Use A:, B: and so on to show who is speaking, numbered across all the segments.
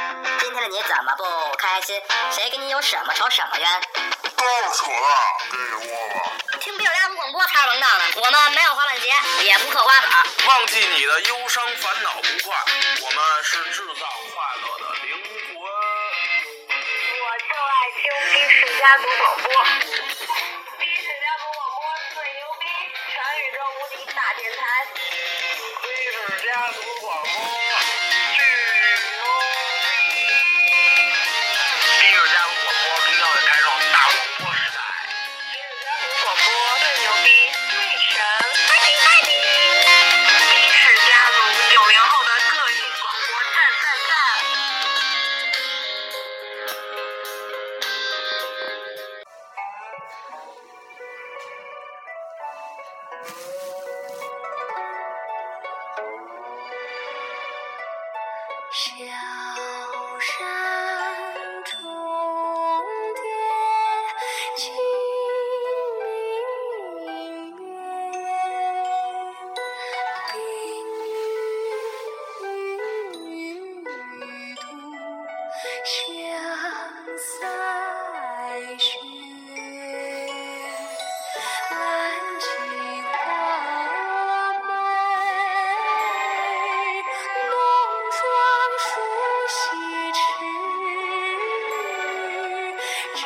A: 天的你怎么不开心？谁跟你有什么仇什么冤？
B: 够扯了，这个窝吧。
A: 听不有压不广播才是王道呢。我们没有滑板鞋，也不嗑瓜子儿。
C: 忘记你的忧伤、烦恼、不快，我们是制造快乐的灵魂。
D: 我就爱听的士家族广播。的士家族广播最牛逼，全宇宙无敌大电台。的士家族广播巨牛逼。的士家族广播必要的开创大广播时代。的士家族广播最牛逼，最神，发起发起。的士家族九零后的个性广播，赞赞赞。
E: 小山重叠，清明月，冰与土，香腮雪。挽起花袂，浓妆梳洗迟，朝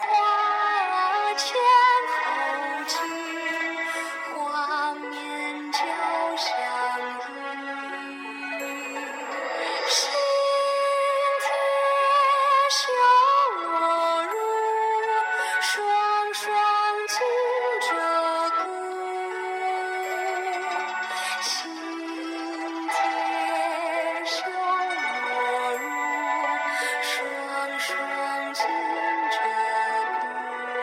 E: 花前后镜，画面交相映。心贴小落入，双双紧着骨。心贴小落入，双双紧着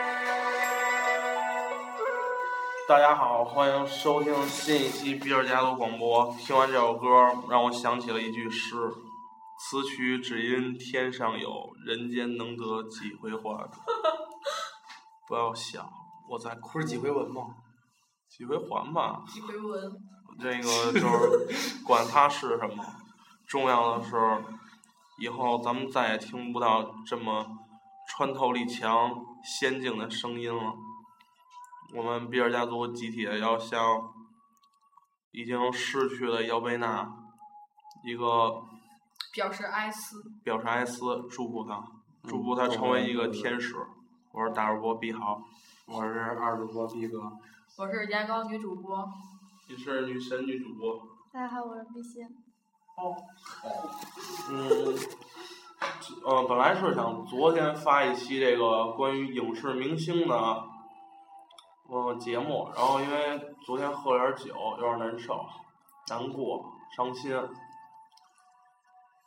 E: 骨。
C: 大家好，欢迎收听新一期比尔加族广播。听完这首歌，让我想起了一句诗：“此曲只因天上有，人间能得几回还。” 不要想，我在哭
F: 不是几回文吗？
C: 几回还吧。
G: 几回文，
C: 这个就是管它是什么，重要的是以后咱们再也听不到这么穿透力强、先进的声音了。我们比尔家族集体地要向已经逝去的姚贝娜一个
G: 表示哀思。
C: 表示哀思，祝福她，祝福
F: 嗯
C: 她
F: 祝
C: 成
F: 福
C: 为
F: 她
C: 一个
F: 对对
C: 天使。我是大主播毕豪，
F: 我是二主播逼哥，
G: 我是牙膏女主播，嗯
C: 你是女神女主播。
H: 大家好，我是毕鑫。
C: 嗯，呃，本来是想昨天发一期这个关于影视明星的，呃，节目，然后因为昨天喝了点酒，有点难受，难过，伤心。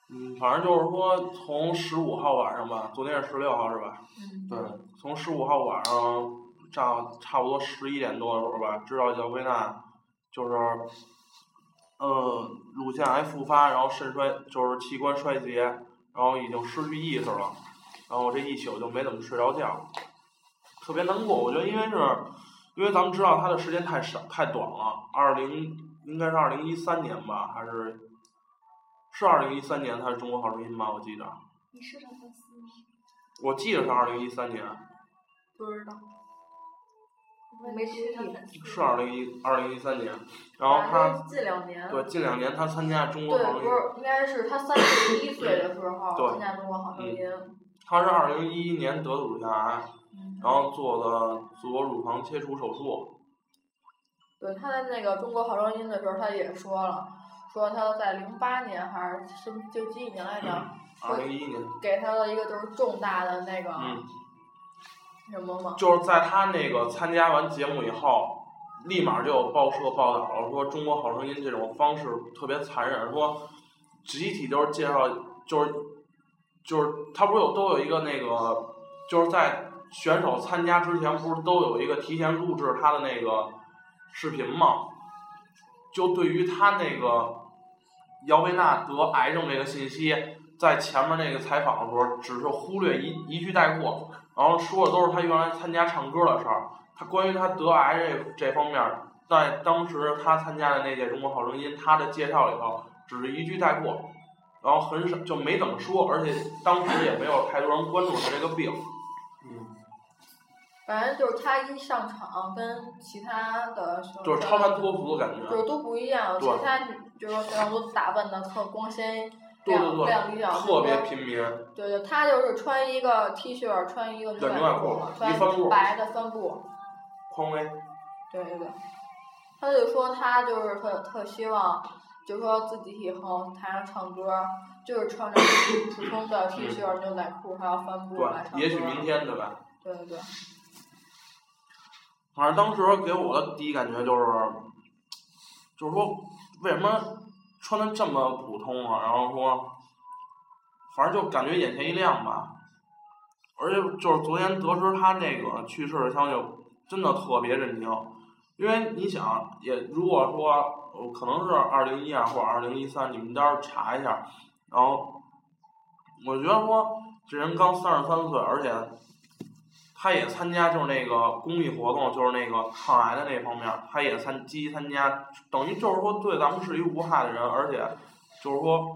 C: 嗯，反正就是说，从十五号晚上吧，昨天是十六号是吧？
G: 嗯，
F: 对，
C: 从十五号晚上，差差不多十一点多的时候吧，知道姚贝娜就是，呃，乳腺癌复发，然后肾衰就是器官衰竭，然后已经失去意识了，然后这一宿就没怎么睡着觉，特别难过。我觉得因为是，因为咱们知道她的时间太少太短了，二零应该是二零一三年吧，还是是二零一三年她是中国好声音吧？我记得，
H: 你是他粉丝吗？
C: 我记得是二零一三年。
G: 不知道，
H: 没注意。
C: 是二零一二零一三年，然后
G: 反
C: 他
G: 正近两年，
C: 对近两年他参加中国
G: 对
C: 好声
G: 不
C: 音，
G: 是，应该是他三十一岁的时候
C: 对嗯
G: 参加中国好声音，
C: 他是二零一一年得的乳腺癌，
G: 嗯
C: 然后做的左乳房切除手术，
G: 对，他在那个中国好声音的时候，他也说了，说他在零八年还是是就几几年来着，
C: 二零一一年，
G: 给他的一个就是重大的那个
C: 嗯，
G: 什么嘛，
C: 就是在他那个参加完节目以后，立马就有报社报道了，说中国好声音这种方式特别残忍，说集体就是介绍就是就是他不是有都有一个那个就是在选手参加之前不是都有一个提前录制他的那个视频吗？就对于他那个姚贝娜得癌症这个信息，在前面那个采访的时候，只是忽略一一句带过，然后说的都是他原来参加唱歌的事儿。他关于他得癌这这方面，在当时他参加的那届中国好声音，他的介绍里头只是一句带过，然后很少就没怎么说，而且当时也没有太多人关注他这个病。
I: 嗯，
G: 反正就是他一上场跟其他的选手
C: 就是超凡脱俗的感觉。
G: 就是都不一样，其
C: 对
G: 他女就是说选手都打扮的特光鲜
C: 对
G: 亮
C: 对对，
G: 亮丽啊亮，
C: 特别平民。
G: 对对，他就是穿一个 T 恤，穿一个牛
C: 对
G: 仔
C: 牛仔裤
G: 嘛
C: 一
G: 穿
C: 帆布
G: 白的帆布，
C: 匡威，
G: 对对对，他就说他就是特特希望，就说自己以后台上唱歌，就是穿着普通的 T 恤、牛仔裤还有帆布来
C: 嗯
G: 唱歌。
C: 对，也许明。天对吧？
G: 对对对，
C: 反正当时给我的第一感觉就是，就是说为什么穿的这么普通啊？然后说，反正就感觉眼前一亮吧。而且就是昨天得知他那个去世的消息，真的特别震惊。因为你想，也如果说呃可能是二零一二或者二零一三，你们到时候查一下。然后我觉得说，这人刚三十三岁，而且他也参加就是那个公益活动，就是那个抗癌的那方面，他也参积极参加，等于就是说对咱们是一无害的人，而且就是说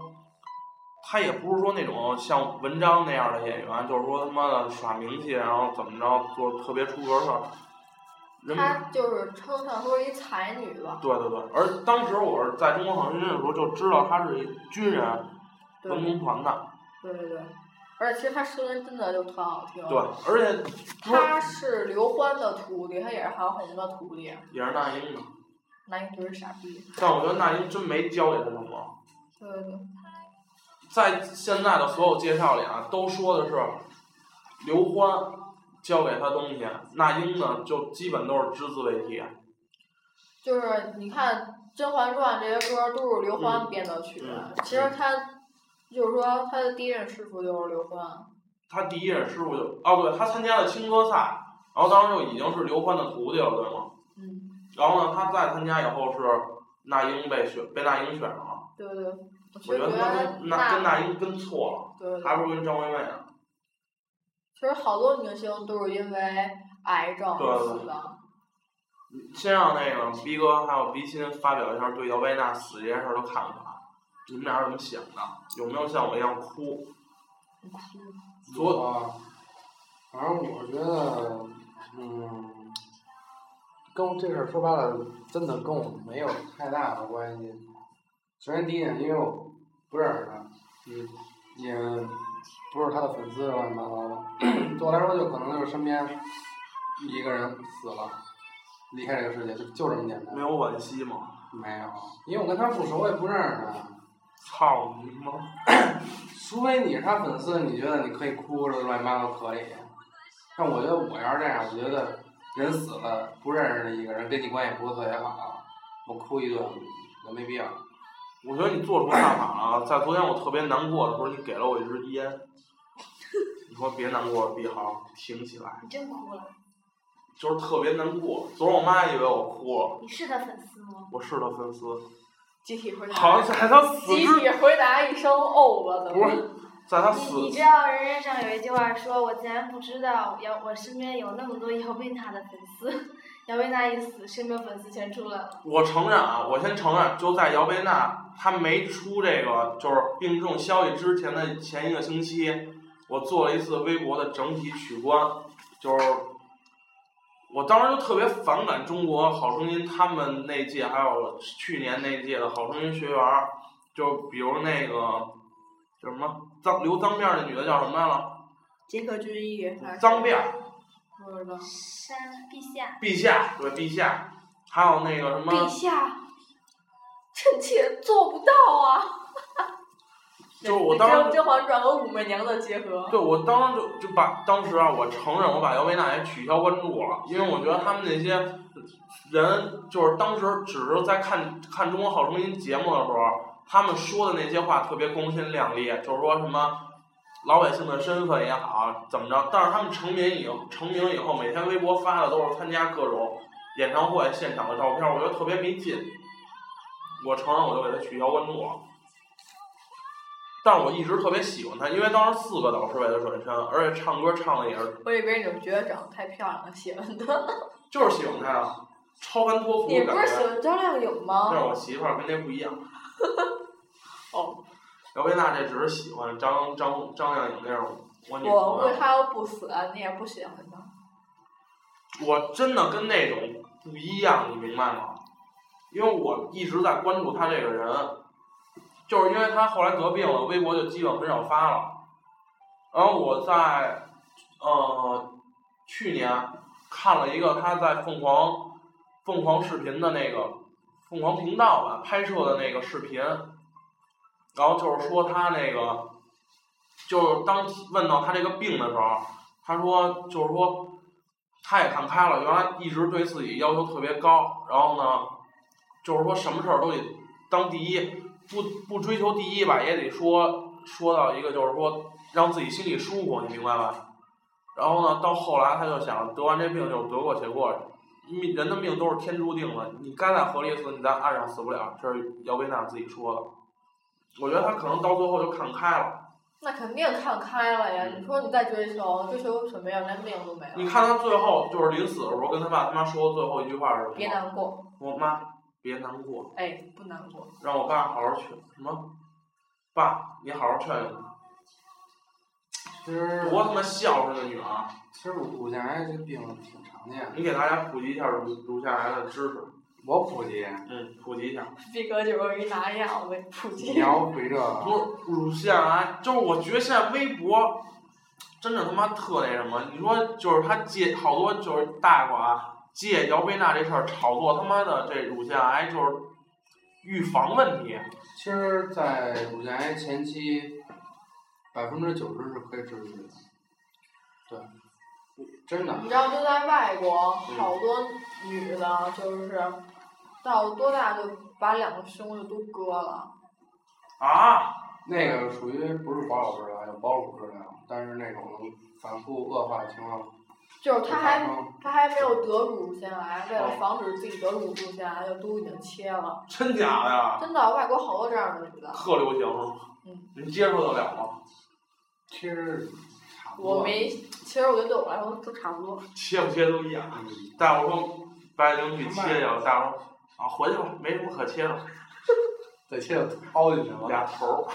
C: 他也不是说那种像文章那样的演员，就是说他妈的耍名气，然后怎么着做特别出格的事儿。人
G: 她就是称上说一才女吧。
C: 对对对，而当时我是在中国航空军的时候就知道他是一军人
G: 对
C: 文工团的，
G: 对对对，而且其实她声音真的就特好听。
C: 对，而且说
G: 她是刘欢的徒弟，她也是韩红的徒弟，
C: 也是那英的，
G: 那一堆儿傻逼。
C: 但我觉得那英真没教给他什么。
G: 对对对，
C: 在现在的所有介绍里啊，都说的是刘欢教给他东西，那英呢就基本都是只字未提。
G: 就是你看《甄嬛传》这些歌都是刘欢
C: 嗯
G: 编的曲，
C: 嗯
G: 其实她就是说她的第一任师傅就是刘欢。
C: 他第一任师傅就哦，对他参加了青歌赛，然后当时就已经是刘欢的徒弟了，对吗？
G: 嗯，
C: 然后呢，他再参加以后是那英被选，被那英选上了。
G: 对对，对，我其
C: 我
G: 实
C: 觉
G: 觉
C: 得他
G: 得
C: 跟那跟那英跟错
G: 对
C: 了，
G: 对，
C: 还不如跟张惠妹呢。
G: 其实好多明星都是因为癌症
C: 对对对
G: 死的。
C: 先让那个逼哥还有逼心发表一下对姚贝娜死这件事儿的看法，你们俩是怎么想的？有没有像我一样哭？昨
I: 我反正我觉得，嗯，跟我这事儿说白了，真的跟我没有太大的关系。首先第一点，因为我不认识他，嗯，也不是他的粉丝，乱七八糟的。对我来说，就可能就是身边一个人死了，离开这个世界，就就这么简单
C: 没。有惋惜吗？
I: 没有，因为我跟他不熟，我也不认识他。
C: 操你妈！
I: 除非你是他粉丝，你觉得你可以哭着乱七八糟可以。但我觉得我要是这样，我觉得人死了不认识的一个人，跟你关系不是特别好，我哭一顿也没必要。
C: 我觉得你做出看法了。在昨天我特别难过的时候，你给了我一支烟，你说别难过了，碧豪，挺起来，
E: 你真啊哭了？
C: 就是特别难过。昨儿我妈以为我哭了，
E: 你是他粉丝吗？
C: 我是她粉丝，
G: 集体回答。
C: 好像在她死
G: 集
C: 之
G: 体回答一声哦吧，怎
C: 不
G: 么？
C: 是在她
E: 你
C: 死
E: 你知道人人上有一句话说，我竟然不知道姚，我身边有那么多姚贝娜的粉丝，姚贝娜一死，身边粉丝全出来了。
C: 我承认啊，我先承认，就在姚贝娜她没出这个就是病重消息之前的前一个星期，我做了一次微博的整体取关，就是我当时就特别反感中国好声音他们那届，还有去年那届的好声音学员儿，就比如那个叫什么脏留脏辫儿那女的叫什么来了？
G: 杰克隽逸还是
C: 脏辫儿，
G: 不知道。
E: 山陛下，
C: 陛下对陛下，还有那个什么
E: 陛下，
G: 臣妾做不到啊！
C: 就是我当时
G: 《甄嬛传》和武媚娘的结合。
C: 对，我当时就就把当时啊，我承认我把姚贝娜也取消关注了，因为我觉得他们那些人就是当时只是在看看《中国好声音》节目的时候，他们说的那些话特别光鲜亮丽，就是说什么老百姓的身份也好怎么着，但是他们成名以后成名以后，每天微博发的都是参加各种演唱会现场的照片，我觉得特别没劲。我承认，我就给他取消关注了。但是我一直特别喜欢他，因为当时四个导师为他转身，而且唱歌唱的也是，
G: 我以为你们觉得长得太漂亮了，喜 欢她。
C: 就是喜欢他呀，超凡脱俗
G: 你
C: 的感
G: 不是喜
C: 觉。
G: 欢张靓颖
C: 但
G: 吗？
C: 是我媳妇儿跟那不一样，
G: 哦，
C: 姚贝娜这只是喜欢张张张靓颖那种我女
G: 我
C: 朋
G: 为
C: 友，
G: 他而不死，你也不喜欢他。
C: 我真的跟那种不一样，你明白吗？因为我一直在关注她这个人，就是因为她后来得病了，微博就基本很少发了。然后我在呃去年看了一个她在凤凰凤凰视频的那个凤凰频道吧拍摄的那个视频，然后就是说她那个就是当问到她这个病的时候，她说就是说她也看开了，原来一直对自己要求特别高，然后呢就是说什么事儿都得当第一，不不追求第一吧，也得说说到一个就是说让自己心里舒服，你明白吧？然后呢，到后来他就想得完这病就得过且过，命人的命都是天注定的，你该在河里死，你在岸上死不了，这是姚贝娜自己说的。我觉得他可能到最后就看开了。
G: 那肯定看开了呀！
C: 嗯
G: 你说你再追求，追求什么呀？连命都没
C: 你
G: 了。
C: 看他最后就是临死的时候跟他爸他妈说的最后一句话是
G: 别
C: 什么？
G: 难过，
C: 我妈，别难过。
G: 哎，不难过。
C: 让我爸好好劝什么？爸，你好好劝劝他。
I: 其实
C: 多他妈孝顺的女儿！啊
I: 其实乳乳腺癌这病挺常见的，
C: 你给大家普及一下乳乳腺癌的知识，
I: 我普及，
C: 嗯，普及一下。
G: 逼格就容易拿样，我普
I: 你
G: 及。
I: 要回这个
C: 不是乳腺癌，就是我觉得现在微博真的他妈特那什么。你说就是他借好多就是大夫啊借姚贝娜这事儿炒作他妈的这乳腺癌就是预防问题，
I: 其实，在乳腺癌前期，百分之九十是可以治愈的。对，真的，
G: 你知道，就在外国，好多女的，就是到多大就把两个胸就都割了。
C: 啊，
I: 那
G: 嗯
I: 个属于不是保守治疗，有保守治疗，但是那种能反复恶化的情况
G: 就是
I: 会
G: 她
I: 发
G: 还
I: 生。
G: 她还没有得乳腺癌，为了防止自己得乳腺癌，就都已经切了。
C: 真假的呀？
G: 真的，外国好多这样的女的。
C: 特流行是吗？
G: 嗯
C: 你接受得了吗？
I: 其实差不多。
G: 我没，其实我觉得对我来说都差不多。
C: 切不切都一样。
I: 嗯。
C: 大夫说把领去切掉，大夫说啊回去吧，没什么可切的，
I: 在切了掏进去了。
C: 俩头儿，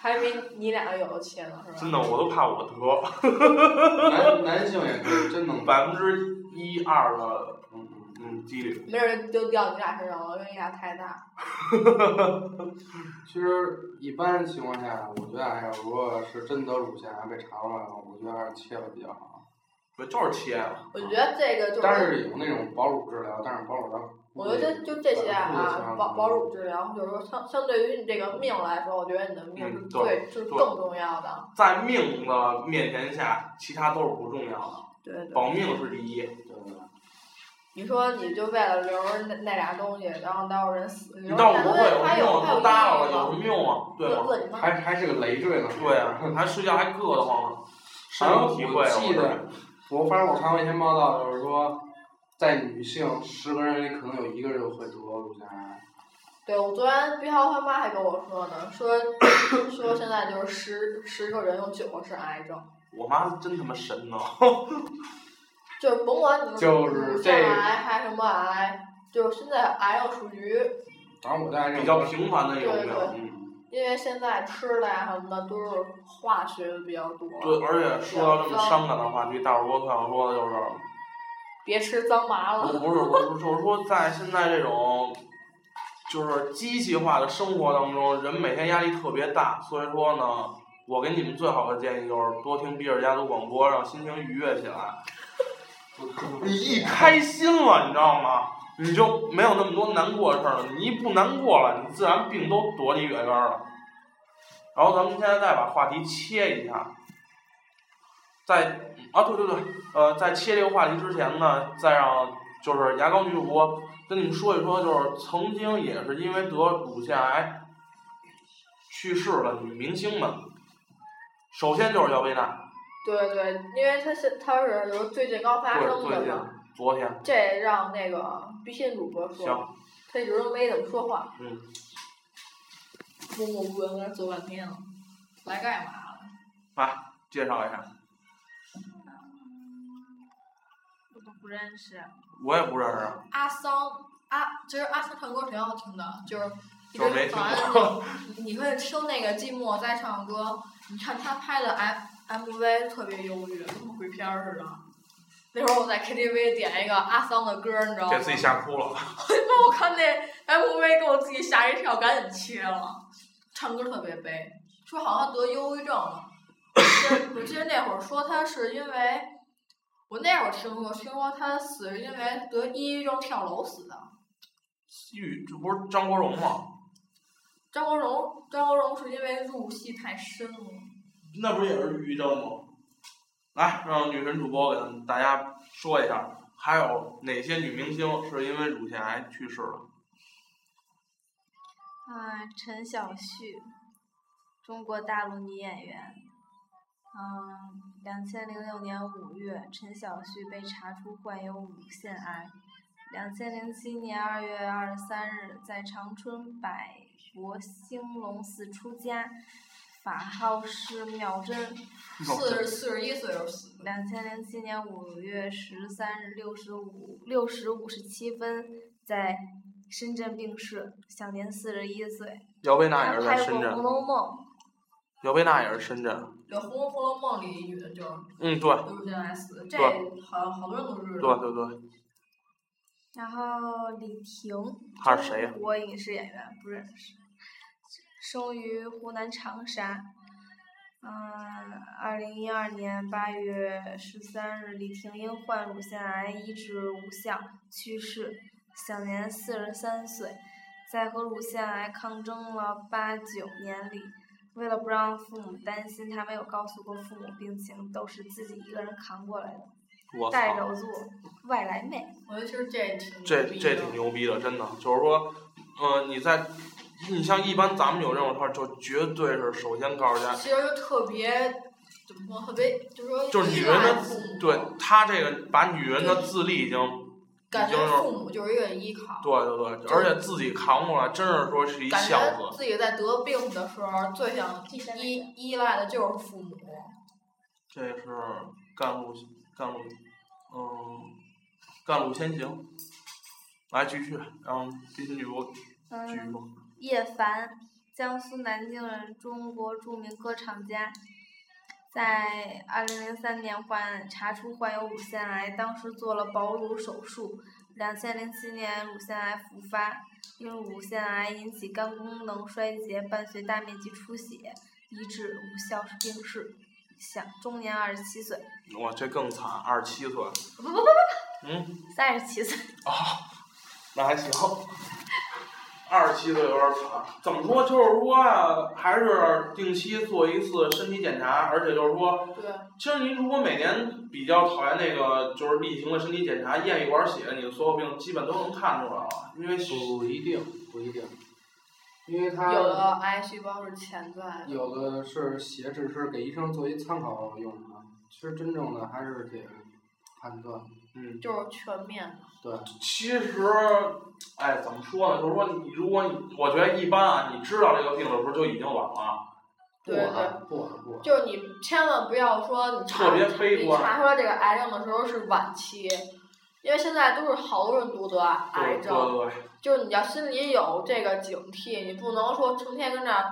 G: 还没你俩有的切呢，是
C: 真
G: 吧？
C: 的我都怕我得嗯
I: 男男性也可以，真能。
C: 百分之一二的
I: 嗯嗯
C: 嗯几率。
G: 没准就掉你俩身上了，因为你俩太大。
I: 其实一般情况下，我觉得哎呀，如果是真得乳腺癌被查出来了，我觉得还是切了比较好。
C: 不就是切啊？
G: 我觉得这个就
I: 但是有那种保乳治疗，但是保乳治疗。
G: 我觉得就这些
I: 反复
G: 啊
I: 的，
G: 保保乳治疗，就是说相相对于你这个命来说，我觉得你的命是
C: 嗯
G: 最、就是
C: 对
G: 更重要的。
C: 在命的面前下，其他都是不重要的，
G: 对对
C: 保命是第一。
I: 对对对
G: 你说你就为了留着那那俩东西，然后到时候人死，你
C: 你
G: 说
C: 到
G: 那
C: 五十
G: 东
C: 岁
G: 西还
C: 有
G: 有
C: 用啊，
G: 还有
C: 都耷拉
G: 意
C: 了，有
G: 义
C: 什
G: 吗？
C: 么用啊？对吗？
G: 问你妈，
I: 还还是个累赘呢。
C: 对啊，还睡觉还硌得慌呢。深有体会，
I: 我记
C: 我
I: 得，我反正我看过一篇报道，就是说，在女性十个人里可能有一个人会得乳腺癌。
G: 对我昨天碧浩他妈还跟我说呢，说说现在就是十十个人有九个是癌症，
C: 我妈真他妈神呢。
G: 就是甭管你
I: 就是
G: 乳腺
I: 这
G: 癌还是什么癌，就是现在癌症属于
I: 反正我在
C: 比较平凡的一种
G: 对
C: 病，
G: 对
C: 嗯，
G: 因为现在吃的呀什么的都是化学的比较多，
C: 对，而且说到这么伤感的话题，大主播特想说的就是，
G: 别吃脏麻
C: 不
G: 了。
C: 不是，不是，就是说在现在这种就是机器化的生活当中，人每天压力特别大，所以说呢，我给你们最好的建议就是多听比尔家族广播，让心情愉悦起来。你一开心了，你知道吗？你就没有那么多难过的事儿了。你一不难过了，你自然病都躲你远远了。然后咱们现在再把话题切一下，在啊，对对对，呃，在切这个话题之前呢，再让就是牙膏女主播跟你们说一说，就是曾经也是因为得乳腺癌去世的女明星们。首先就是姚贝娜，
G: 对对，因为它是它是就是最近刚发
C: 对，
G: 生的
C: 最近
G: 嘛，
C: 昨天，
G: 这也让那个必信主播
C: 行
G: 说，，他一直都没怎么说话，
C: 嗯，
G: 默默无闻在那坐半天了，来干嘛了？
C: 介绍一下，
E: 我都不认识。
C: 我也不认识，啊
G: 阿桑阿，其实阿桑唱歌挺好听的，就是你
C: 就是没
G: 会
C: 听
G: 反
C: 过
G: 而你你会受那个寂寞在唱歌。你看他拍的 M MV 特别忧郁，跟鬼片儿似的。那会儿我在 KTV 点一个阿桑的歌，你知道吗
C: 给？自己吓哭了。
G: 那我看那 MV 给我自己吓一跳，赶紧切了。唱歌特别悲，说好像得忧郁症了。就是我记得那会儿说他是因为，我那会儿听过，听说他死是因为得抑郁症跳楼死的。
C: 玉，这不是张国荣吗？
G: 张国荣，张国荣是因为入戏太深了。
C: 那不是也是抑郁症吗？来，让女神主播给大家说一下，还有哪些女明星是因为乳腺癌去世的？
E: 啊，陈小旭，中国大陆女演员。嗯，两千零六年五月，陈小旭
C: 哦
E: 被查出患有乳腺癌。两千零七年二月二十三日，在长春百博兴隆寺出家，法号是妙真。
G: 四十四十一岁就死的。
E: 两千零七年五月十三日六十五六时五十七分，在深圳病逝，享年四十一岁。
C: 姚贝娜
E: 他
C: 也是在
E: 拍
C: 深
E: 过《红
C: 圳，
E: 楼梦》。
C: 姚贝娜也是深圳。
G: 有《红楼红楼梦》里女的就是
C: 嗯，对，
G: 入进来死，这
C: 对
G: 好像好多人都知
C: 对
G: 道。
C: 对对，
E: 然后李婷，
C: 她是谁呀
E: 中国影视演员，不认识。生于湖南长沙，嗯，二零一二年八月十三日，李婷因患乳腺癌医治无效去世，享年四十三岁。在和乳腺癌抗争了八九年里，为了不让父母担心，她没有告诉过父母病情，都是自己一个人扛过来的，
C: 我
E: 带
C: 操，
E: 柔做外来妹。
G: 我觉得其实这挺
C: 这
G: 牛逼
C: 这
G: 的
C: 挺牛逼的，真的，就是说，呃，你在，你像一般咱们有这种事儿，就绝对是首先告诉家
G: 其实就特别怎么说，特别就是说
C: 就是
G: 依
C: 女人
G: 赖
C: 的
G: 父母，
C: 对她这个把女人的自立已经，
G: 感
C: 已经
G: 觉
C: 是
G: 父母就是一个依靠，
C: 对对对，而且自己扛过来，真是说是一
G: 感
C: 孝
G: 觉
C: 子。
G: 自己在得病的时候最想
E: 替身那
G: 依依赖的就是父母。
C: 这是干路干路，嗯，干路先行。来继续，让冰心女播继续
E: 嗯，
C: 说。
E: 叶凡，江苏南京人，中国著名歌唱家，在二零零三年患查出患有乳腺癌，当时做了保乳手术。两千零七年乳腺癌复发，因乳腺癌引起肝功能衰竭，伴随大面积出血，医治无效病逝，享终年二十七岁，
C: 哇，这更惨，二十七岁。
E: 不不不不，
C: 嗯，
E: 三十七岁。
C: 那还行。二十七岁有点惨，怎么说？就是说呀、还是定期做一次身体检查，而且就是说，
G: 对，
C: 其实您如果每年比较讨厌那个就是例行的身体检查，验一管血，你的所有病基本都能看出来了，因为
I: 不一定，不一定，因为他
G: 有的癌细胞是潜在的，
I: 有的是写，只是给医生做一参考用的，其实真正的还是得判断。
C: 嗯，
G: 就是全面的。
I: 对，
C: 其实，哎，怎么说呢？就是说你如果你，我觉得一般啊，你知道这个病的时候就已经晚了，
I: 不
G: 对
I: 晚不晚不晚。
G: 就是你千万不要说你查
C: 特别悲
G: 你
C: 观。
G: 查出来这个癌症的时候是晚期，因为现在都是好多人都得癌
C: 对对
G: 症，
C: 对，
G: 就是你要心里有这个警惕，你不能说成天跟那儿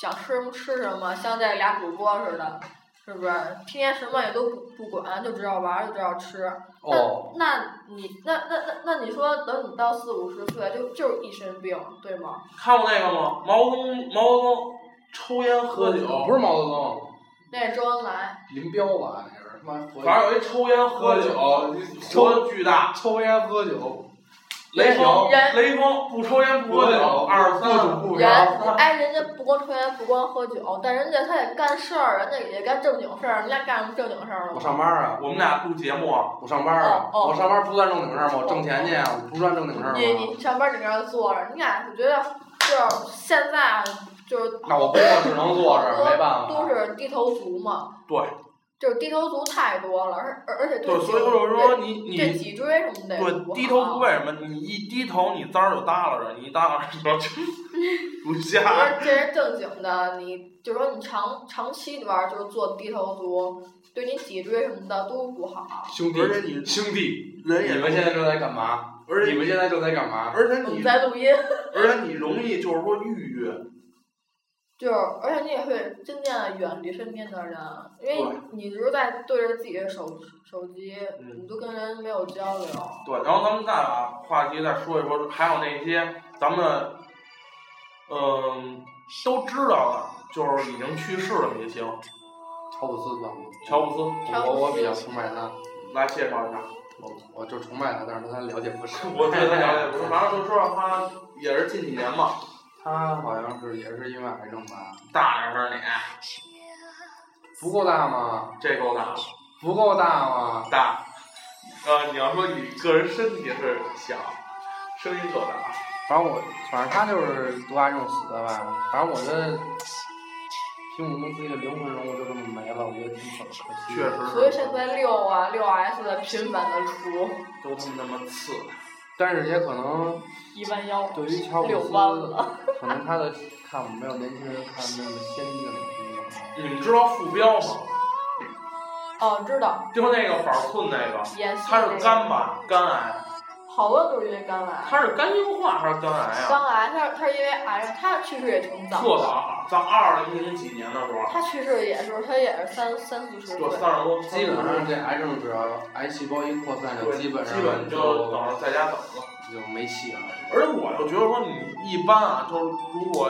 G: 想吃什么吃什么，像这俩主播似的，是不是？天天什么也都不不管，就知道玩儿，就知道吃。
I: 哦，
G: 那那你那那那那你说，等你到四五十岁，就就是一身病，对吗？
C: 看过那个吗？毛泽东，毛泽东抽烟喝酒，
I: 不是毛泽东，
G: 那是周恩来，
I: 林彪吧？那是他妈活
C: 反正有一抽烟喝酒，活得巨大。
I: 抽烟喝酒，
C: 雷锋，
G: 人
C: 雷锋不抽烟不喝酒，二十三
I: 不不
G: 人
I: 嫖，
G: 哎，人家不光抽烟，不光喝酒，但人家他也干事儿，人家也干正经事儿，人家干什么正经事儿了
I: 我
G: 吗？
I: 上班啊，
C: 我们俩录节目啊，
I: 我上班啊，
G: 哦哦
I: 我上班不算正经事儿吗？我挣钱去啊，我不算正经事儿
G: 你
I: 吗？
G: 你上班你搁那坐着，你俩我觉得就是现在就是
I: 那我工作只能坐这儿，没办法。
G: 都是低头族嘛，
C: 对，
G: 就是低头族太多了，而而而且
C: 对，
G: 颈
C: 所以我就说
G: 对
C: 你你
G: 对脊椎什么的也不
C: 对
G: 好
C: 低头族为什么？你一低头，你簪儿就耷拉着，你一耷拉着就 不
G: 不
C: 下。
G: 是，这是正经的，你就是说你长长期的玩，就是做低头族，对你脊椎什么的都不好。
I: 兄弟
C: 而且你
I: 兄弟，
C: 人
I: 你们现在都在干嘛？
C: 而且
I: 你们现在正在干 嘛？
C: 而且
G: 我
C: 你
G: 们在录音，
C: 而且你容易就是说抑郁，
G: 就是而且你也会渐渐的远离身边的人，因为你一直在对着自己的手手机，
C: 嗯
G: 你都跟人没有交流。
C: 对，然后咱们再把话题再说一说，还有那些咱们，嗯，都知道的，就是已经去世的明星，
I: 乔布斯吧，
C: 乔布斯，
G: 乔
I: 我
G: 布斯
I: 我比较崇拜他，
C: 来介绍一下。
I: 我我就崇拜他，但是对他了解不深。
C: 我对他了解不是，反正就知道他也是近几年嘛，
I: 他好像是也是因为癌症吧？
C: 大点声你，
I: 不够大吗？
C: 这够大了
I: 不够大吗？
C: 大。呃，你要说你个人身体是小，声音够大。
I: 反正我，反正他就是得癌症死的吧。反正我觉得，凭我们自己的灵魂人物就这么没了，我觉得挺可惜的。
C: 确实
G: 所以
C: 是
G: 现在六啊六 S 的频繁的出
C: 都他妈那么次，
I: 但是也可能
G: 一万幺，
I: 对于乔布
G: 六万了。
I: 斯，可能他的看法没有年轻人看那么先进那种。
C: 你们知道傅彪吗？
G: 哦，知道，
C: 就那个板寸那个，
G: 演戏
C: 他
G: 那
C: 是
G: 个
C: 肝吧，肝癌。
G: 好多都是因为肝癌，
C: 他是肝硬化还是肝癌啊？
G: 肝癌，他是他是因为癌症，他去世也挺
C: 特
G: 早，
C: 早，在啊二零几年的时候，
G: 他去世也是他也是三三四十岁
C: 就，三十多，
I: 基
C: 基
I: 本
C: 本
I: 上
C: 上
I: 这癌症只要癌细胞一扩散，就
C: 对
I: 基本上
C: 基本就等着在家等着。
I: 就没戏了。
C: 而且我就觉得说，你一般啊，就是如果，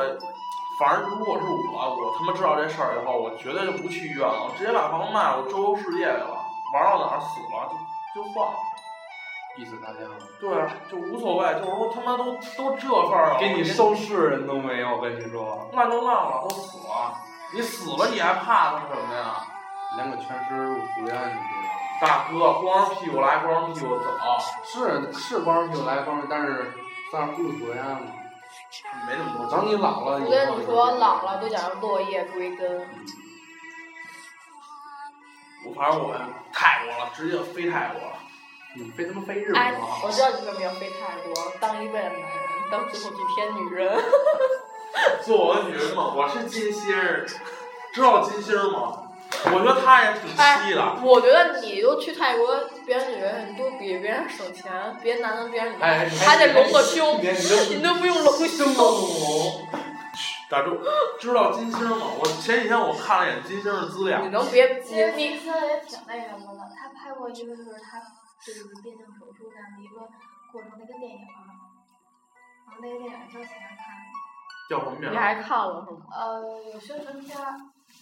C: 反正如果是我，我他妈知道这事儿以后，我绝对就不去医院了，我直接把房卖了，我周游世界去了，玩到哪儿死了就就算了。
I: 逼死大家了，
C: 对啊，就无所谓，就是说他妈都都这份儿了，我连
I: 拾人都没有，我跟你说，
C: 烂就烂了，都死了，你死了你还怕他什么呀？
I: 连个全尸入土院，你知道吗？
C: 大哥，光着屁股来，光着屁股走，
I: 是是光屁股来光屁股，但是算是入土院嘛。
C: 没那么多。
I: 等你老了，
G: 我
I: 你
G: 跟你说，老了都讲落叶归根。
C: 我反正我泰国了，直接飞泰国了。
I: 你非他妈非日本
G: 哎
I: 吗，？
G: 我知道你为什么要飞泰国，当一辈子男人，当最后一天女人。
C: 做我的女人嘛，我是金星儿，知道金星儿吗？我觉得她也挺稀的。
G: 我觉得你都去泰国，别人女人你都比别人省钱，别男的别人女的，
I: 哎，
G: 还得隆个胸，
I: 你都
G: 你都不用隆胸。
C: 打住，知道金星儿吗？我前几天我看了一眼金星儿的资料
G: 你，能别
E: 其实
G: 你
E: 金星也挺那什么的，他拍过一个就是他对于变性手术这样的一个过程的一个电影儿，然后那个电影儿就想要看，
C: 叫什么
I: 啊
C: 名
G: 你
C: 儿？
G: 还看了是吗？
E: 呃，有宣传片儿，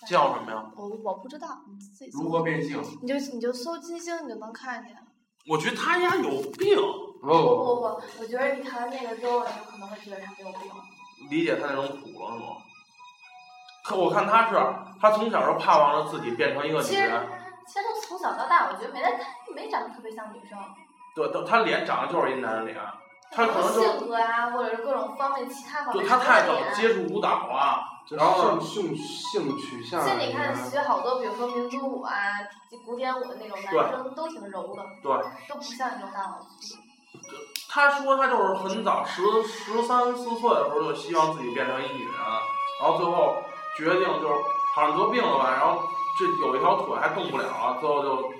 C: 叫什么呀？
E: 我我不知道，你自己
I: 如何
E: 搜，
I: 变性？
E: 你就你就搜金星，你就能看见。
C: 我觉得他家有病，
I: 不
E: 不不
I: 不
E: 不，我觉得你看完那个之后，你有可能会觉得他没有病。
C: 理解他那种苦了是吗？可我看他是，他从小就盼望着自己变成一个女
E: 其实
C: 人。
E: 其实他从小到大，我觉得没他没长得特别像女生，
C: 对，他他脸长得就是一男人脸，他可能就
E: 性格啊，或者是各种方面其他方
C: 就
E: 面
C: 他
E: 都
C: 太
E: 有
C: 早
E: 点
C: 接触舞蹈啊，
I: 不，
C: 然后
I: 性性性取向
E: 其
I: 什
E: 实
I: 么的，
E: 你看，学好多，比如说民族舞啊、古典舞的那种男
C: 对
E: 生，都挺柔的，
C: 对，
E: 都不像那种大佬。
C: 他说他就是很早十十三四岁的时候就希望自己变成一女人，然后最后决定就是好像得病了吧，然后这有一条腿还动不了了，最后就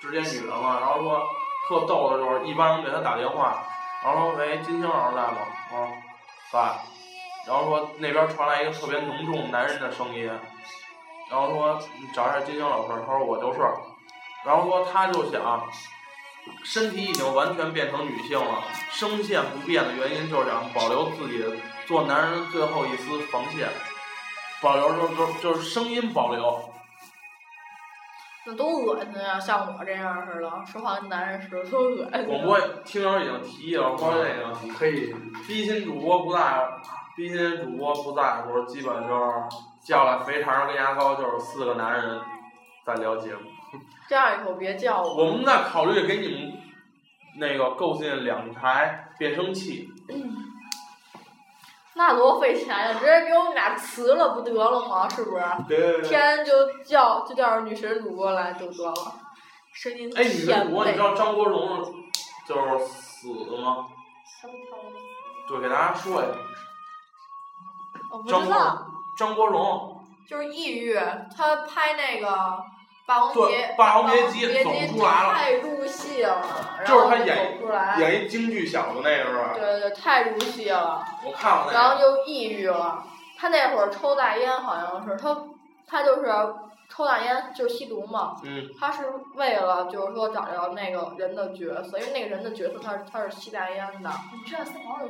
C: 直接女人了。然后说特逗的就是一般人给他打电话，然后说喂金星老师在吗？我说在。然后说那边传来一个特别浓重男人的声音，然后说你找一下金星老师，他说我就是。然后说他就想。身体已经完全变成女性了，声线不变的原因就是想保留自己做男人最后一丝防线，保留就就就是声音保留。
G: 那多恶心啊！像我这样似的，说话跟男人似的，多恶心。
C: 广播听友已经提议了，说这个
I: 你可以
C: 逼心主播不在，逼心主播不在的时候，基本就是叫来肥肠跟牙膏，就是四个男人在聊节目。
G: 这样以后别叫我。
C: 我们在考虑给你们那个购进两台变声器，
G: 那多费钱呀！直接给我们俩辞了不得了吗？是不是？
C: 对
G: 天就叫就叫女神主播来就得了，神经
C: 哎，你
G: 前
C: 们我你
G: 辈
C: 知。道张国荣就是死了吗？
E: 什么条件？
C: 对，给大家说一下，
G: 我不
C: 张
G: 知
C: 国
G: 道，
C: 张国荣
G: 就是抑郁，他拍那个霸王
C: 对
G: 别
C: 霸王别
G: 别
C: 姬
G: 姬
C: 走不出来了
G: 太入戏了，然
C: 就
G: 后
C: 是他
G: 就
C: 演
G: 走不出来，
C: 演一京剧小的那个是吧？
G: 对对，太入戏了，
C: 我看过
G: 然
C: 那
G: 后
C: 个。
G: 就抑郁了。他那会儿抽大烟，好像是他，他就是抽大烟就是吸毒嘛，
C: 嗯，
G: 他是为了就是说找着那个人的角色，因为那个人的角色他是他是吸大烟的，
J: 你知道三毛的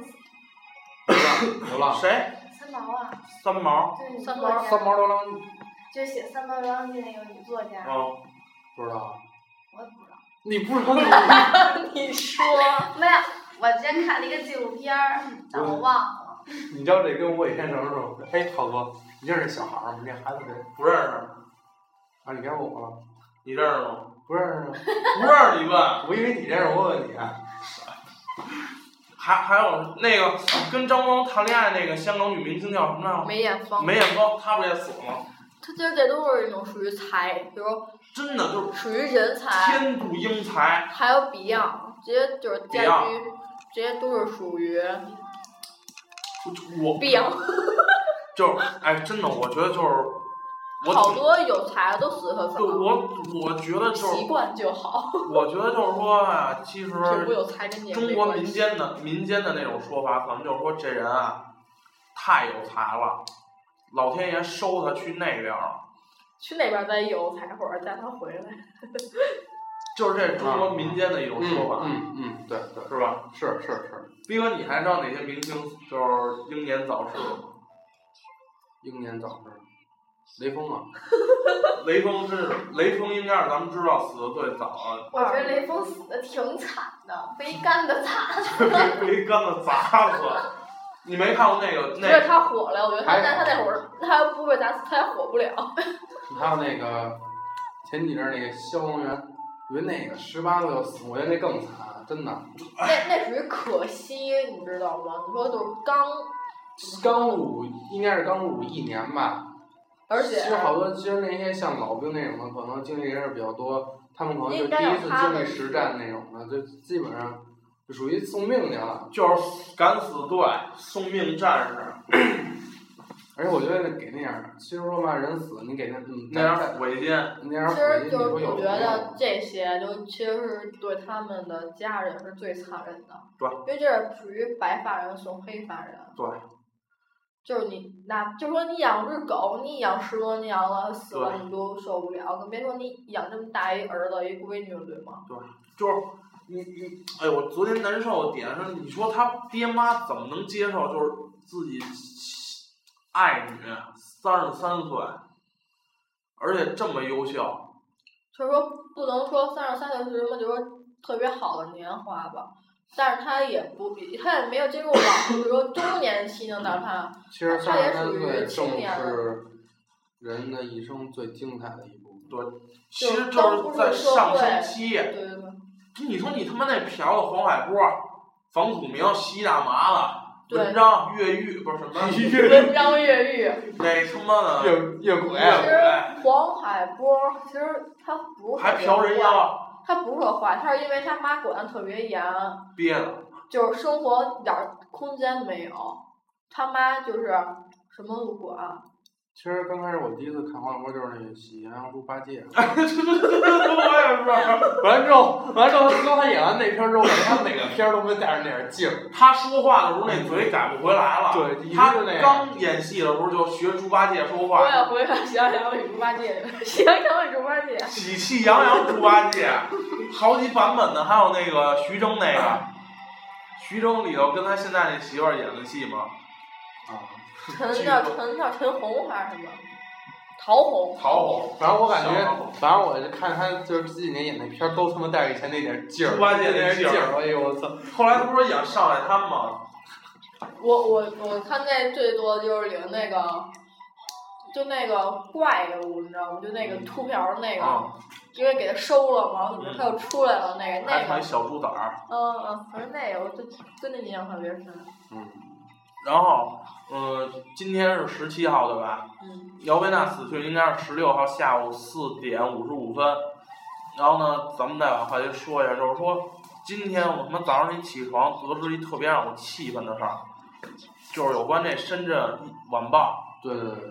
I: 流浪，
C: 啊谁？
J: 三毛啊？
C: 三毛？
J: 对，女
G: 三
J: 作
G: 毛
J: 家
I: 三毛流浪
J: 就写《三毛流浪记》那个女作家，
C: 嗯，
I: 不知道，
J: 我也不知道。
I: 你不知道 那个
G: 你说
J: 没有，我之前看了一个纪录片儿，
C: 嗯
J: 但我忘了。
I: 你知道这跟我以前什么时候？哎，涛哥，你认识小孩儿吗？你这孩子谁？
C: 不认识，
I: 啊，你该我了，
C: 你认识吗？
I: 不认识啊。
C: 不认识你问，
I: 我以为你认识，我问你啊。
C: 还还有那个跟张国荣谈恋爱那个香港女明星叫什么来
G: 梅艳芳
C: 着？，梅艳芳，她不是也死了吗？
G: 他其实这都是一种属于才，比如
C: 真的就是
G: 属于人才，
C: 天妒英才，
G: 还有 Beyond，直接就是家居
C: Beyond，
G: 这些都是属于
C: 我
G: Beyond，
C: 就是哎，真的，我觉得就是我
G: 好多有才的都死得
C: 对
G: 早，
C: 我我觉得就是
G: 习惯就好，
C: 我觉得就是说啊，其实
G: 有不有才跟年
C: 中
G: 龄没
C: 国
G: 关
C: 民
G: 系。
C: 间的民间的那种说法，可能就是说这人啊太有才了，老天爷收他去那边了。
G: 去那边再有才，或者带他回来。
C: 就是这中国民间的一种说法，
I: 嗯嗯，对对，
C: 是吧？
I: 是是是，
C: 斌哥，你还知道哪些明星就是英年早逝吗？
I: 英年早逝，雷锋啊，
C: 雷锋是雷锋，应该是咱们知道死的最早，
J: 我觉得雷锋死的挺惨的，被干的惨。
C: 被被杆子砸死。你没看过那个
G: 不
C: 那
G: 是
C: 个
G: 他火了，我觉得他
I: 还
G: 但他那会儿他要不被砸死，他也火不了。
I: 还有那个前几阵儿那个消防员，我觉得那个十八岁就死，我觉得那更惨，真的。
G: 那那属于可惜，你知道吗？你说就是刚，
I: 刚入伍应该是刚入伍一年吧，
G: 而且
I: 其实好多，其实那些像老兵那种的，可能经历还是比较多，他们可能就
G: 应该
I: 第
G: 有
I: 一次
G: 他
I: 经历
G: 们
I: 实战那种的，就基本上就属于送命去了。
C: 就是敢死队、送命战士，
I: 而且我觉得给那样儿，其实说嘛，人死你给那嗯
C: 那
I: 样
C: 样
I: 儿
C: 儿违禁，
I: 那样儿
G: 其
I: 回
G: 实
I: 去，你
G: 就是
I: 说有
G: 我觉
I: 没有
G: 得这些，就其实是对他们的家人是最残忍的，
C: 对
G: 因为这是属于白发人送黑发人，
C: 对，
G: 就是你那，就说你养只狗，你养十多年了，死了
C: 对
G: 你都受不了，更别说你养这么大一儿子一闺女，对吗？
C: 就是你你，哎呦，我昨天难受的点是，你说他爹妈怎么能接受，就是自己爱女三十三岁，而且这么优秀，
G: 就是说不能说三十三岁是什么，就是说特别好的年华吧，但是他也不，他也没有进入老，就是说中年期呢，哪怕。
I: 其实
G: 他
I: 三
G: 也
I: 十三
G: 属于
I: 岁
G: 青
I: 正
G: 年
I: 是人的一生最精彩的一部分。
C: 其实就是在上升期。
G: 对对对，
C: 你说你他妈那嫖的黄海波、房祖名吸大麻了，
G: 对
C: 文章越狱不是什么
G: 文章越狱。
C: 那他妈的
I: 越越轨啊
G: 其实黄海波其实他不是
C: 还嫖人妖，
G: 他不是特坏，他是因为他妈管的特别严，
C: 憋 的。
G: 就是生活一点儿空间没有。他妈就是什么都不管，
I: 其实刚开始我第一次看黄晓波就是那个《喜羊羊猪八戒》，
C: 我
I: 完了之后，完了之后，自从他演完那片儿之后，我感觉他哪个片儿都没带着那点儿劲儿
C: 也。是，他说话的时候那嘴改不回来了。
I: 对，一
C: 他
I: 直就那样。
C: 刚演戏的时候就学猪八戒说
G: 我也
C: 话，
G: 回看《喜羊羊与猪八戒》《喜羊羊与猪八戒》，
C: 喜气洋洋猪八戒，好几版本的，还有那个徐峥那个，徐峥里头跟他现在那媳妇儿演的戏嘛，
I: 啊，
G: 陈叫陈叫陈红还是什么？陶红。
C: 陶虹。
I: 反正我感
C: 小老虎
I: 觉，反正我就看他就是这几年演那片儿，都他妈带着以前那点儿劲儿，
C: 猪八戒
I: 那点
C: 那
I: 儿
C: 劲
I: 劲
C: 儿
I: 儿。哎呦我操！
C: 后来他不是演《上海滩》吗？
G: 我我我看那最多就是领那个，就那个怪物，你知道吗？就那个秃瓢儿那个，
C: 嗯啊，
G: 因为给他收了嘛，怎么
C: 嗯
G: 他又出来了那个
C: 还
G: 那
C: 穿
G: 个，
C: 小猪崽儿。
G: 嗯嗯，反正那个我就对那印象特别深。
I: 嗯，
C: 然后，呃，今天是十七号对吧？
G: 嗯，
C: 姚贝娜死讯应该是十六号下午四点五十五分。然后呢，咱们再把话题说一下，就是说，今天我他妈早上一起床，得知一特别让我气愤的事儿，就是有关这深圳晚报
I: 对对对对，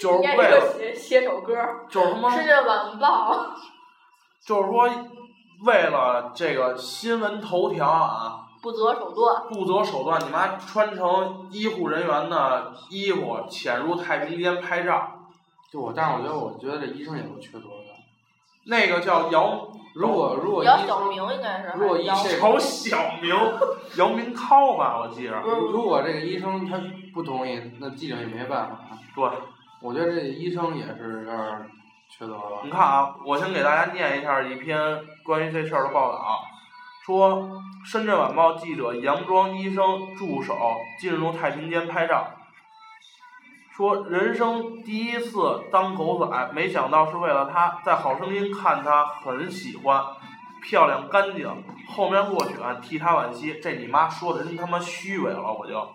C: 就是
G: 应该
C: 为
G: 给我
C: 了，
G: 写写首歌儿，
C: 就是他妈，
G: 吃着晚报，
C: 就是说，为了这个新闻头条啊，
G: 不择手段。
C: 不择手段，你妈穿成医护人员的衣服潜入太平间拍照，
I: 就我，但是我觉得，我觉得这医生也有缺德的。
C: 那个叫姚
I: 如果如果医
G: 姚晓明应该是，
I: 如果一
G: 姚
I: 这
C: 姚晓明， 姚明涛吧，我记着，
G: 不是
I: 如果这个医生他不同意，那记者也没办法。
C: 对。
I: 我觉得这医生也是有点儿缺德了
C: 你。看啊，我先给大家念一下一篇关于这事儿的报道，啊说《深圳晚报》记者杨庄医生助手进入太平间拍照，说人生第一次当狗仔，没想到是为了他，在《好声音》看他很喜欢，漂亮干净，后面落选替他惋惜，这你妈说的真他妈虚伪了，我就。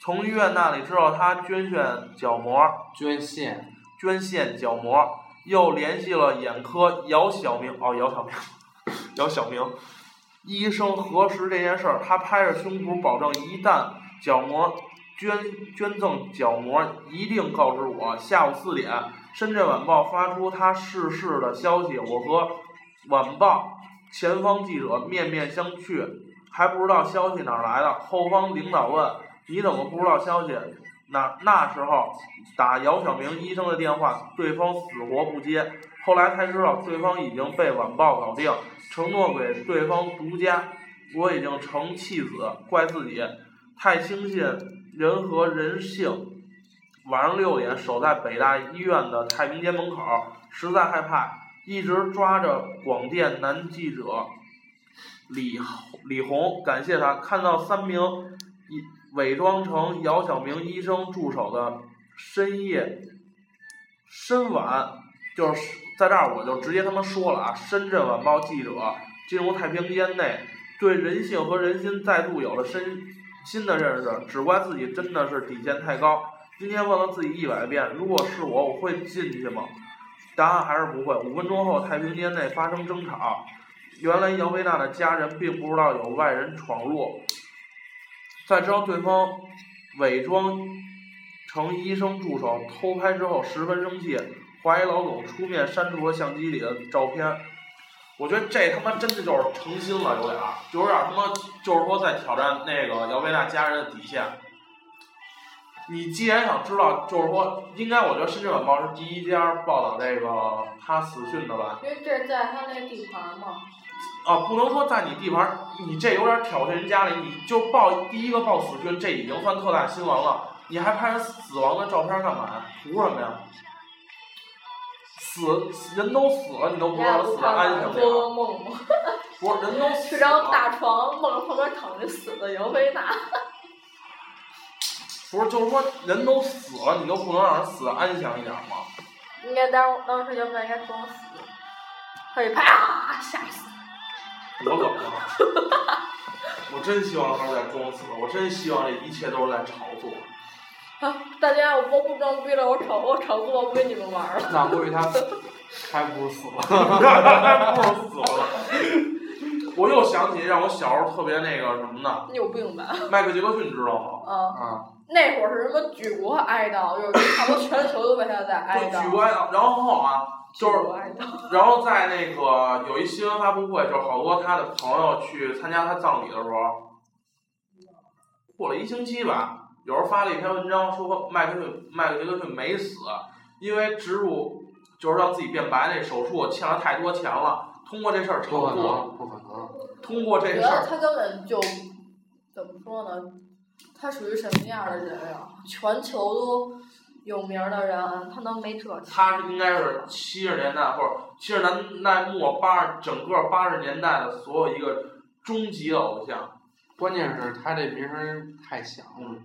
C: 从医院那里知道他捐献角膜，
I: 捐献，
C: 捐献角膜，又联系了眼科姚晓明，哦，姚晓明， 姚晓明医生核实这件事儿，他拍着胸脯保证，一旦角膜捐捐赠角膜，一定告知我。下午四点，《深圳晚报》发出他逝世的消息，我和晚报前方记者面面相觑，还不知道消息哪儿来的。后方领导问：“你怎么不知道消息？”那那时候打姚晓明医生的电话，对方死活不接。后来才知道，对方已经被晚报搞定，承诺给对方独家。我已经成弃子，怪自己太轻信人和人性。晚上六点，守在北大医院的太平间门口，实在害怕，一直抓着广电男记者李李红，感谢他看到三名一伪装成姚晓明医生助手的深夜深晚，就是在这儿我就直接他妈说了啊！深圳晚报记者进入太平间内，对人性和人心再度有了深新的认识，只怪自己真的是底线太高。今天问了自己一百遍，如果是我，我会进去吗？答案还是不会。五分钟后，太平间内发生争吵。原来姚贝娜的家人并不知道有外人闯入，在知道对方伪装成医生助手偷拍之后，十分生气，怀疑老总出面删除了相机里的照片。我觉得这他妈真的就是成心了，有点儿，就有点儿他妈就是说在挑战那个姚贝娜家人的底线。你既然想知道，就是说，应该我觉得《深圳晚报》是第一家报道这个他死讯的吧？
G: 因为这是在他那地盘嘛，
C: 啊，不能说在你地盘儿，你这有点挑衅人家里，你就报第一个报死讯，这已经算特大新闻了。你还拍死亡的照片干嘛呀？图什么呀？死死人都死了，你都不知道
G: 不
C: 死的安
G: 看完
C: 详
G: 做
C: 点儿。
G: 噩梦吗？
C: 不是人都死
G: 吃
C: 了
G: 张，大床，梦着旁边躺着死的姚贝娜，
C: 不是就是说人都死了，你都不能让人死的安详一点儿吗？
G: 应该当当时姚贝娜应该装死，他一啪吓死。
C: 多冷啊！ 我真希望他是在装死，我真希望这一切都是在炒作。
G: 啊！大家我我不装逼了，我炒我炒作不跟你们玩儿了。
I: 那估计他还不如死了。
C: 不如死了。 我又想起让我小时候特别那个什么呢，
G: 你有病吧？
C: 迈克杰克逊知道吗？
G: 啊，
I: 啊，
G: 那会儿是什么举国哀悼，就是 差不多全球都为他在哀
C: 就举
G: 悼。
C: 国哀悼，然后啊，就
G: 举
C: 是
G: 国哀悼
C: 然后在那个有一新闻发布会，就是好多他的朋友去参加他葬礼的时候，过了一星期吧，有人发了一篇文章说麦克逊麦克杰克逊没死，因为植入就是让自己变白那手术欠了太多钱了，通过这事儿
I: 不
C: 炒
I: 可
C: 作，
I: 能，不可能。
C: 通过
G: 我
C: 这
G: 觉
C: 事儿
G: 得他根本就怎么说呢？他属于什么样的人啊？全球都有名儿的人，他能没这？
C: 他是应该是七十年代或者七十年代末八十整个八十年代的所有一个终极的偶像。
I: 关键是他这名声太响了，
C: 嗯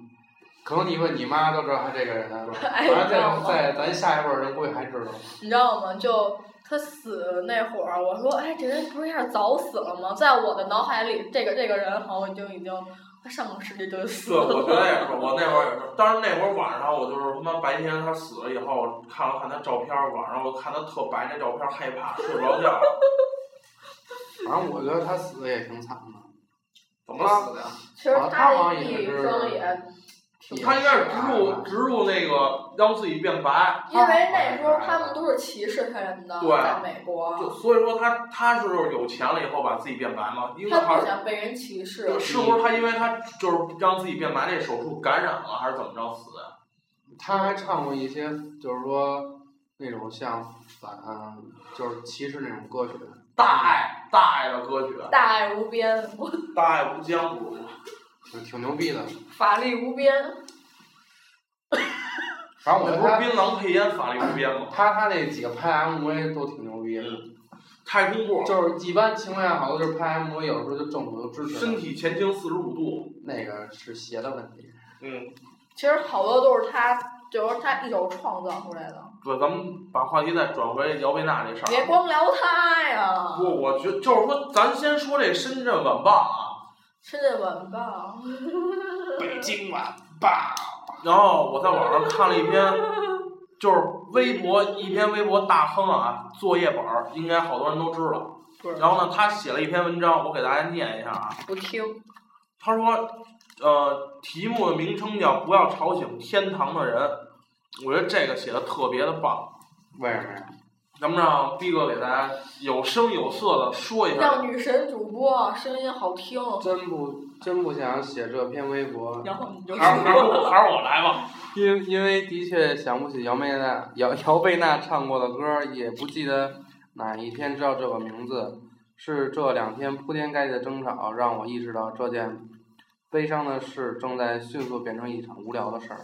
I: 可能你问你妈都知道他这个人， 反
G: 哎
I: 正
G: 知道吗
I: 在在咱下一辈儿人估计还知道。
G: 你知道吗？就他死那会儿，我说，哎，这人不是有点早死了吗？在我的脑海里，这个这个人好像就已经他上个世纪就死
C: 对，
G: 了。
C: 我觉得也是，我那会儿也是。当时那会儿晚上，我就是他妈白天他死了以后，看了看他照片，晚上我看他特白那照片，害怕睡不着觉。
I: 反正我觉得他死的也挺惨的。
C: 怎么死的呀？
G: 其实
I: 啊
G: 他
I: 他好
G: 的
I: 像也
G: 一
I: 是
G: 生也
I: 铁
C: 他应该是植
I: 砂
C: 入
I: 吧
C: 植入那个让自己变白，
G: 因为那时候他们都是歧视黑人的，
C: 对
G: 在美国，
C: 就所以说他他是有钱了以后把自己变白嘛，因为
G: 他
C: 还
G: 不
C: 是
G: 想被人歧视。
C: 是不是他因为他就是让自己变白这手术感染了还是怎么着死的？
I: 他还唱过一些，就是说那种像反，就是歧视那种歌曲。
C: 大爱大爱的歌曲，
G: 大爱无边，我
C: 大爱无疆不是
I: 挺挺牛逼的。
G: 法力无边。
I: 反正我
C: 那
I: 觉
C: 不是
I: 得
C: 槟榔配烟法律无边吗
I: 他？他他那几个拍 MV 都挺牛逼
C: 嗯
I: 的，
C: 太空步，
I: 就是一般情况下好多就是拍 MV 有时候就政府都支持
C: 身
I: 的，
C: 体前倾四十五度，
I: 那个是邪的问题。
C: 嗯，
G: 其实好多都是他，就是他一手创造出来的。
C: 对，咱们把话题再转回姚贝娜这事
G: 别
C: 儿啊。
G: 光聊他呀，
C: 不，我觉就是说，咱先说这深圳晚报啊，
G: 深圳晚报。
C: 北京晚报。然后我在网上看了一篇，就是微博一篇微博大亨啊，作业本儿应该好多人都知道。
G: 对
C: 然后呢，他写了一篇文章，我给大家念一下啊。
G: 不听，
C: 他说，呃，题目的名称叫“不要吵醒天堂的人”，我觉得这个写的特别的棒。
I: 为什么呀？
C: 咱们让逼哥给大家有声有色的说一下
G: 让。女神主播声音好听。
I: 真不真不想写这篇微博，
G: 然后你就
C: 还是还是 我还是我来吧。
I: 因因为的确想不起姚贝娜姚姚贝娜唱过的歌，也不记得哪一天知道这个名字。是这两天铺天盖地的争吵，让我意识到这件悲伤的事正在迅速变成一场无聊的事儿。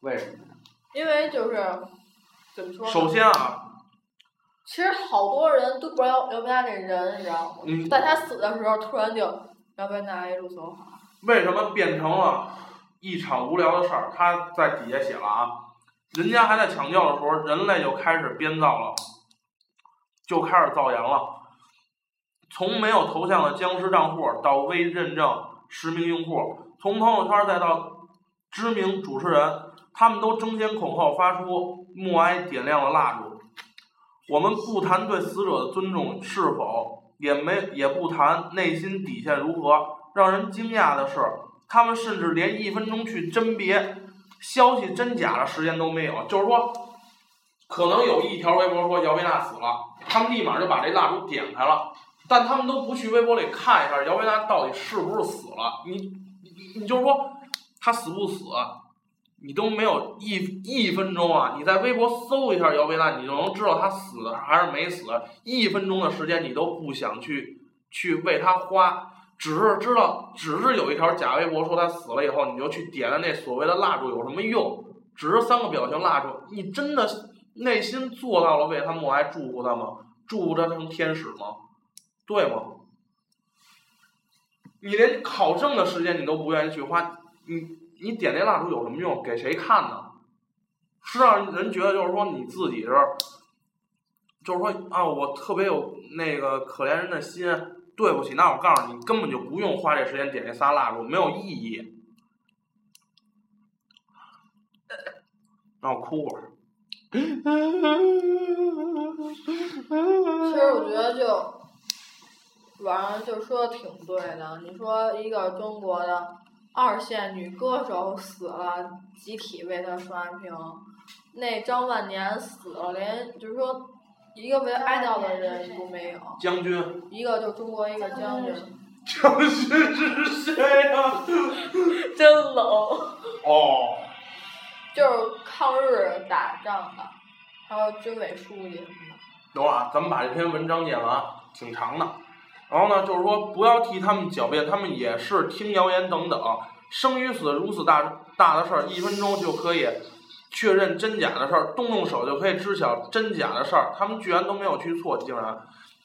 I: 为什么呀？
G: 因为就是怎么说呢？
C: 首先啊，
G: 其实好多人都不知道姚贝娜这人，你知道吗？
C: 嗯，
G: 在他死的时候，突然就姚贝娜一路走好。
C: 为什么变成了一场无聊的事儿？他在底下写了啊，人家还在抢救的时候，人类就开始编造了，就开始造谣了。从没有头像的僵尸账户到微认证实名用户，从朋友圈再到知名主持人，他们都争先恐后发出默哀点亮了蜡烛。我们不谈对死者的尊重是否，也没也不谈内心底线如何，让人惊讶的是，他们甚至连一分钟去甄别消息真假的时间都没有。就是说，可能有一条微博说姚贝娜死了，他们立马就把这蜡烛点开了，但他们都不去微博里看一下姚贝娜到底是不是死了。你你你就是说，她死不死？你都没有一一分钟啊！你在微博搜一下姚贝娜，你就能知道她死还是没死。一分钟的时间你都不想去去为她花，只是知道，只是有一条假微博说他死了以后，你就去点了那所谓的蜡烛有什么用？只是三个表情蜡烛，你真的内心做到了为他默哀祝福他吗？祝福他成天使吗？对吗？你连考证的时间你都不愿意去花，你你点那蜡烛有什么用？给谁看呢？是让人觉得就是说你自己是，就是说啊，我特别有那个可怜人的心，对不起，那我告诉你，根本就不用花这时间点那仨蜡烛，没有意义。让我哭会儿。
G: 其实我觉得就网上就说的挺对的。你说一个中国的二线女歌手死了，集体为她刷屏；那张万年死了，连就是说一个为她哀悼的人都没有。
C: 将军，
G: 一个就中国一个将军，
C: 将军是谁呀、
G: 真 low。
C: 哦，
G: 就是抗日打仗的，还有军委书记什么的。
C: 等会儿啊，咱们把这篇文章念完啊，挺长的。然后呢，就是说不要替他们狡辩，他们也是听谣言等等。生与死如此大大的事儿，一分钟就可以确认真假的事儿，动动手就可以知晓真假的事儿，他们居然都没有去错，竟然。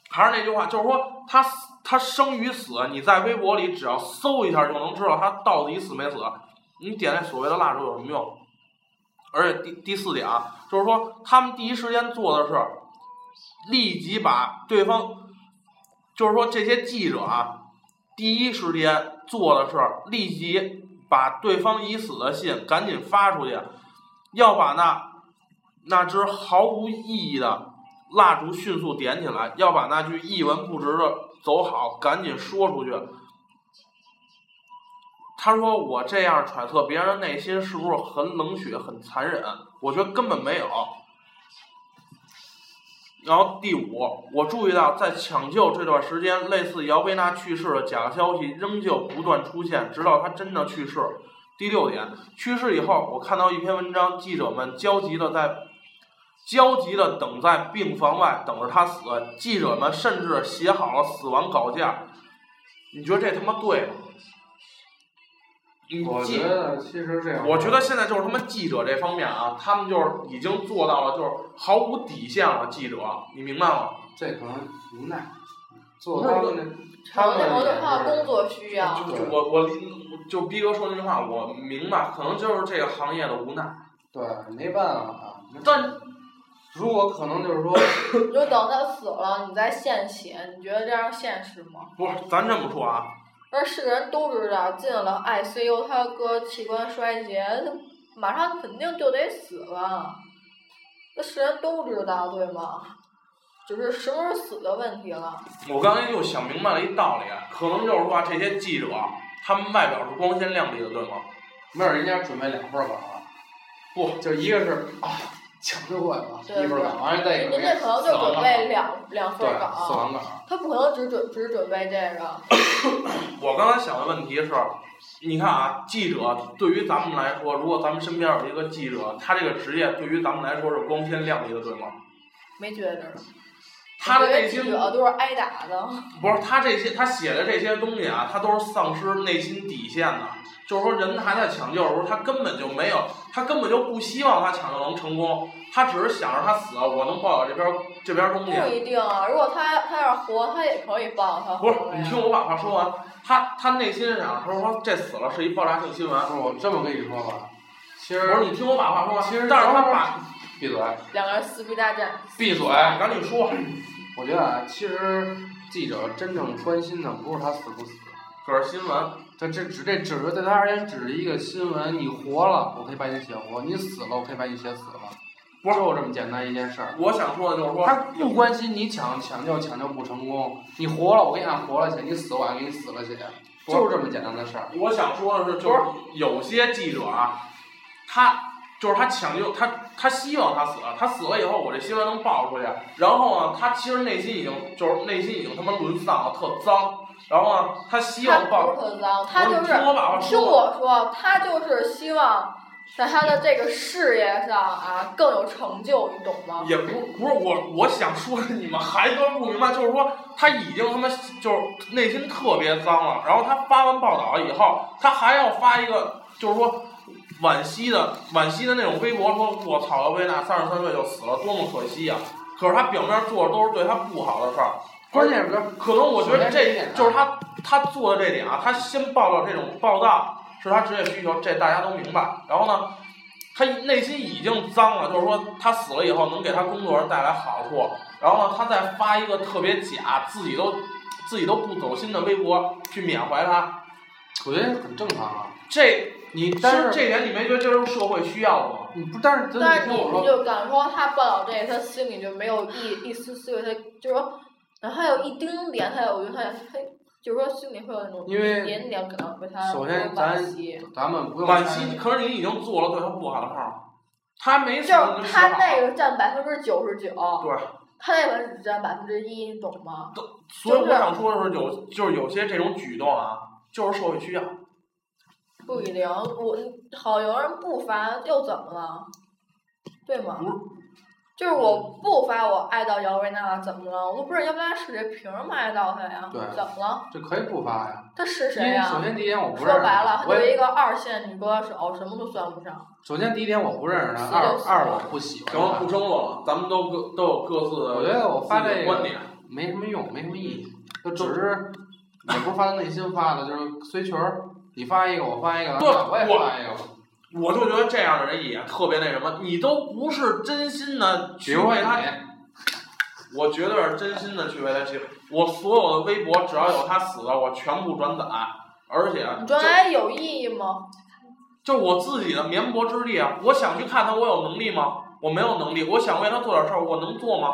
C: 还是那句话，就是说他死他生与死，你在微博里只要搜一下就能知道他到底死没死。你点那所谓的蜡烛有什么用？而且第第四点啊，就是说他们第一时间做的是立即把对方，就是说这些记者啊，第一时间做的是立即把对方已死的信赶紧发出去，要把那那只毫无意义的蜡烛迅速点起来，要把那句一文不值的走好赶紧说出去。他说我这样揣测别人的内心是不是很冷血、很残忍？我觉得根本没有。然后第五，我注意到在抢救这段时间，类似姚贝娜去世的假消息仍旧不断出现，直到她真的去世。第六点，去世以后，我看到一篇文章，记者们焦急的在焦急的等在病房外等着他死，记者们甚至写好了死亡稿件儿。你觉得这他妈对吗？你
I: 我
C: 记
I: 觉得其实这样，
C: 我觉得现在就是他妈记者这方面啊，他们就是已经做到了，就是毫无底线了。记者，你明白吗？
I: 这可能无奈，做他们的他
G: 我
I: 们
G: 我
I: 也
G: 的话，工
I: 是
G: 作需要。
C: 就就我我就逼哥说那句话，我明白，可能就是这个行业的无奈。
I: 对没办法。啊
C: 但
I: 如果可能就是说，
G: 你就等他死了，你再献血，你觉得这样现实吗？
C: 不是，咱这么说啊，
G: 而是人都知道，进了 ICU，他哥器官衰竭，他马上肯定就得死了。这世人都知道，对吗？只是什么时候死的问题了。
C: 我刚才就想明白了一道理，可能就是说啊这些记者他们外表是光鲜亮丽的，对吗？
I: 没准人家准备两份稿啊，
C: 不，
I: 就一个是啊抢救过来了，
G: 对
I: 一份稿，完了再一个
G: 人家可能就准备两两份
I: 对
G: 儿
I: 死
G: 稿，
I: 亡稿，
G: 他不可能只准只准备这个。
C: 我刚才想的问题是，你看啊，记者对于咱们来说，如果咱们身边有一个记者，他这个职业对于咱们来说是光鲜亮丽的，对吗？
G: 没觉着，
C: 他的
G: 我觉得
C: 内心
G: 记者都是挨打的，
C: 不是他这些他写的这些东西啊，他都是丧失内心底线的。就是说，人还在抢救的时候，他根本就没有，他根本就不希望他抢救能成功，他只是想着他死，我能抱有这边儿这边儿东西。
G: 不一定啊。如果他他要是活，他也可以报他
C: 不
G: 活
C: 是，
G: 呀
C: 你听我把话说完。他他内心想，他说这死了是一爆炸性新闻。
I: 不是我这么跟你说吧，其
C: 不
I: 实
C: 是，你听我把话说完。
I: 其实
C: 但是他
I: 等会儿
C: 把
I: 闭嘴，
G: 两个人撕逼大战。
I: 闭嘴。
C: 哎，赶紧说，
I: 我觉得啊，其实记者真正关心的不是他死不死，
C: 这是新闻。
I: 他这只这只是对他而言只是一个新闻。你活了，我可以把你写活；你死了，我可以把你写死了。
C: 不是
I: 就这么简单一件事儿。
C: 我想说的就是说，
I: 他不关心你抢抢救抢救不成功，你活了我给你按活了写，你死我按给你死了写，就是这么简单的事儿。
C: 我想说的是，就是有些记者啊，他就是他抢救他，他希望他死了，他死了以后，我这新闻能爆出去。然后呢，他其实内心已经就是内心已经他妈沦丧了，特脏。然后呢，他希
G: 他
C: 望
G: 不
C: 爆
G: 是。特脏，他
C: 不是
G: 就
C: 你
G: 是
C: 听我把话
G: 听
C: 说完。
G: 我说，他就是希望在他的这个事业上啊更有成就，你懂吗？
C: 也不不是我，我想说你们还都不明白，就是说他已经他妈就是内心特别脏了，然后他发完报道以后，他还要发一个就是说惋惜的惋惜的那种微博，说我操，姚贝娜三十三岁就死了，多么可惜呀、可是他表面做的都是对他不好的事儿，
I: 关键是
C: 可能我觉得
I: 首先这一
C: 这
I: 点啊
C: 就是他他做的这点啊，他先报道这种报道是他职业需求，这大家都明白。然后呢，他内心已经脏了，就是说他死了以后能给他工作人带来好处。然后呢，他再发一个特别假，自己都自己都不走心的微博去缅怀他，
I: 我觉得很正常啊。
C: 这
I: 你
C: 其实
I: 但是
C: 这点你没觉得这是社会需要的吗？
I: 你不但是真
G: 但
I: 的
G: 是
I: 听
G: 你
I: 我
G: 啊你
I: 说，
G: 就敢说他报道这个，他心里就没有一一丝丝，他就是说，然后还有一丁点，他有我觉得他他就是说心里会有那种
I: 因为
G: 一点点感到被他
I: 首先咱
G: 惋惜。
I: 咱们不用
C: 惋
I: 太
C: 惜，可是你已经做了对他不好的事儿了，他没死
G: 就
C: 你就是死好
G: 他
C: 了
G: 那个占百分之九十九，
C: 对。
G: 他那个只占百分之一，你懂吗？
C: 所以我想说的是有，就是有些这种举动啊，就是社会需要。
G: 不一定，我好有人不发又怎么了？对吗？
I: 嗯
G: 就是我不发，我爱到姚贝娜怎么了？我都不知道姚贝娜是谁，凭什么爱到她呀？
I: 对
G: 怎么了？
I: 这可以不发呀。
G: 她是
I: 因
G: 谁
I: 为
G: 呀？
I: 首先第一点我不
G: 说
I: 认识
G: 白
I: 他
G: 了，，她
I: 我
G: 就
I: 也
G: 一个二线女歌手，什么都算不上。
I: 首先第一点我不认识他，
G: 四
I: 二
G: 六四
I: 二我不喜欢
C: 行了，不
I: 他，
C: 争论了，咱们都各都有各自的
I: 我觉得我发
C: 自己
I: 这
C: 的
I: 个
C: 观点。
I: 没什么用，没什么意义，就只 是也不是发自内心发的，就是随群儿，你发一个我发一个，咱
C: 对
I: 俩我也
C: 我
I: 发一个吧。
C: 我就觉得这样的人也特别那什么，你都不是真心的
I: 比
C: 去
I: 如说
C: 为他，
I: 你，
C: 我绝对是真心的去为他去。我所有的微博只要有他死了，我全部转载，而且
G: 你
C: 就
G: 转来有意义吗？
C: 就我自己的绵薄之力啊，我想去看他，我有能力吗？我没有能力，我想为他做点事儿，我能做吗？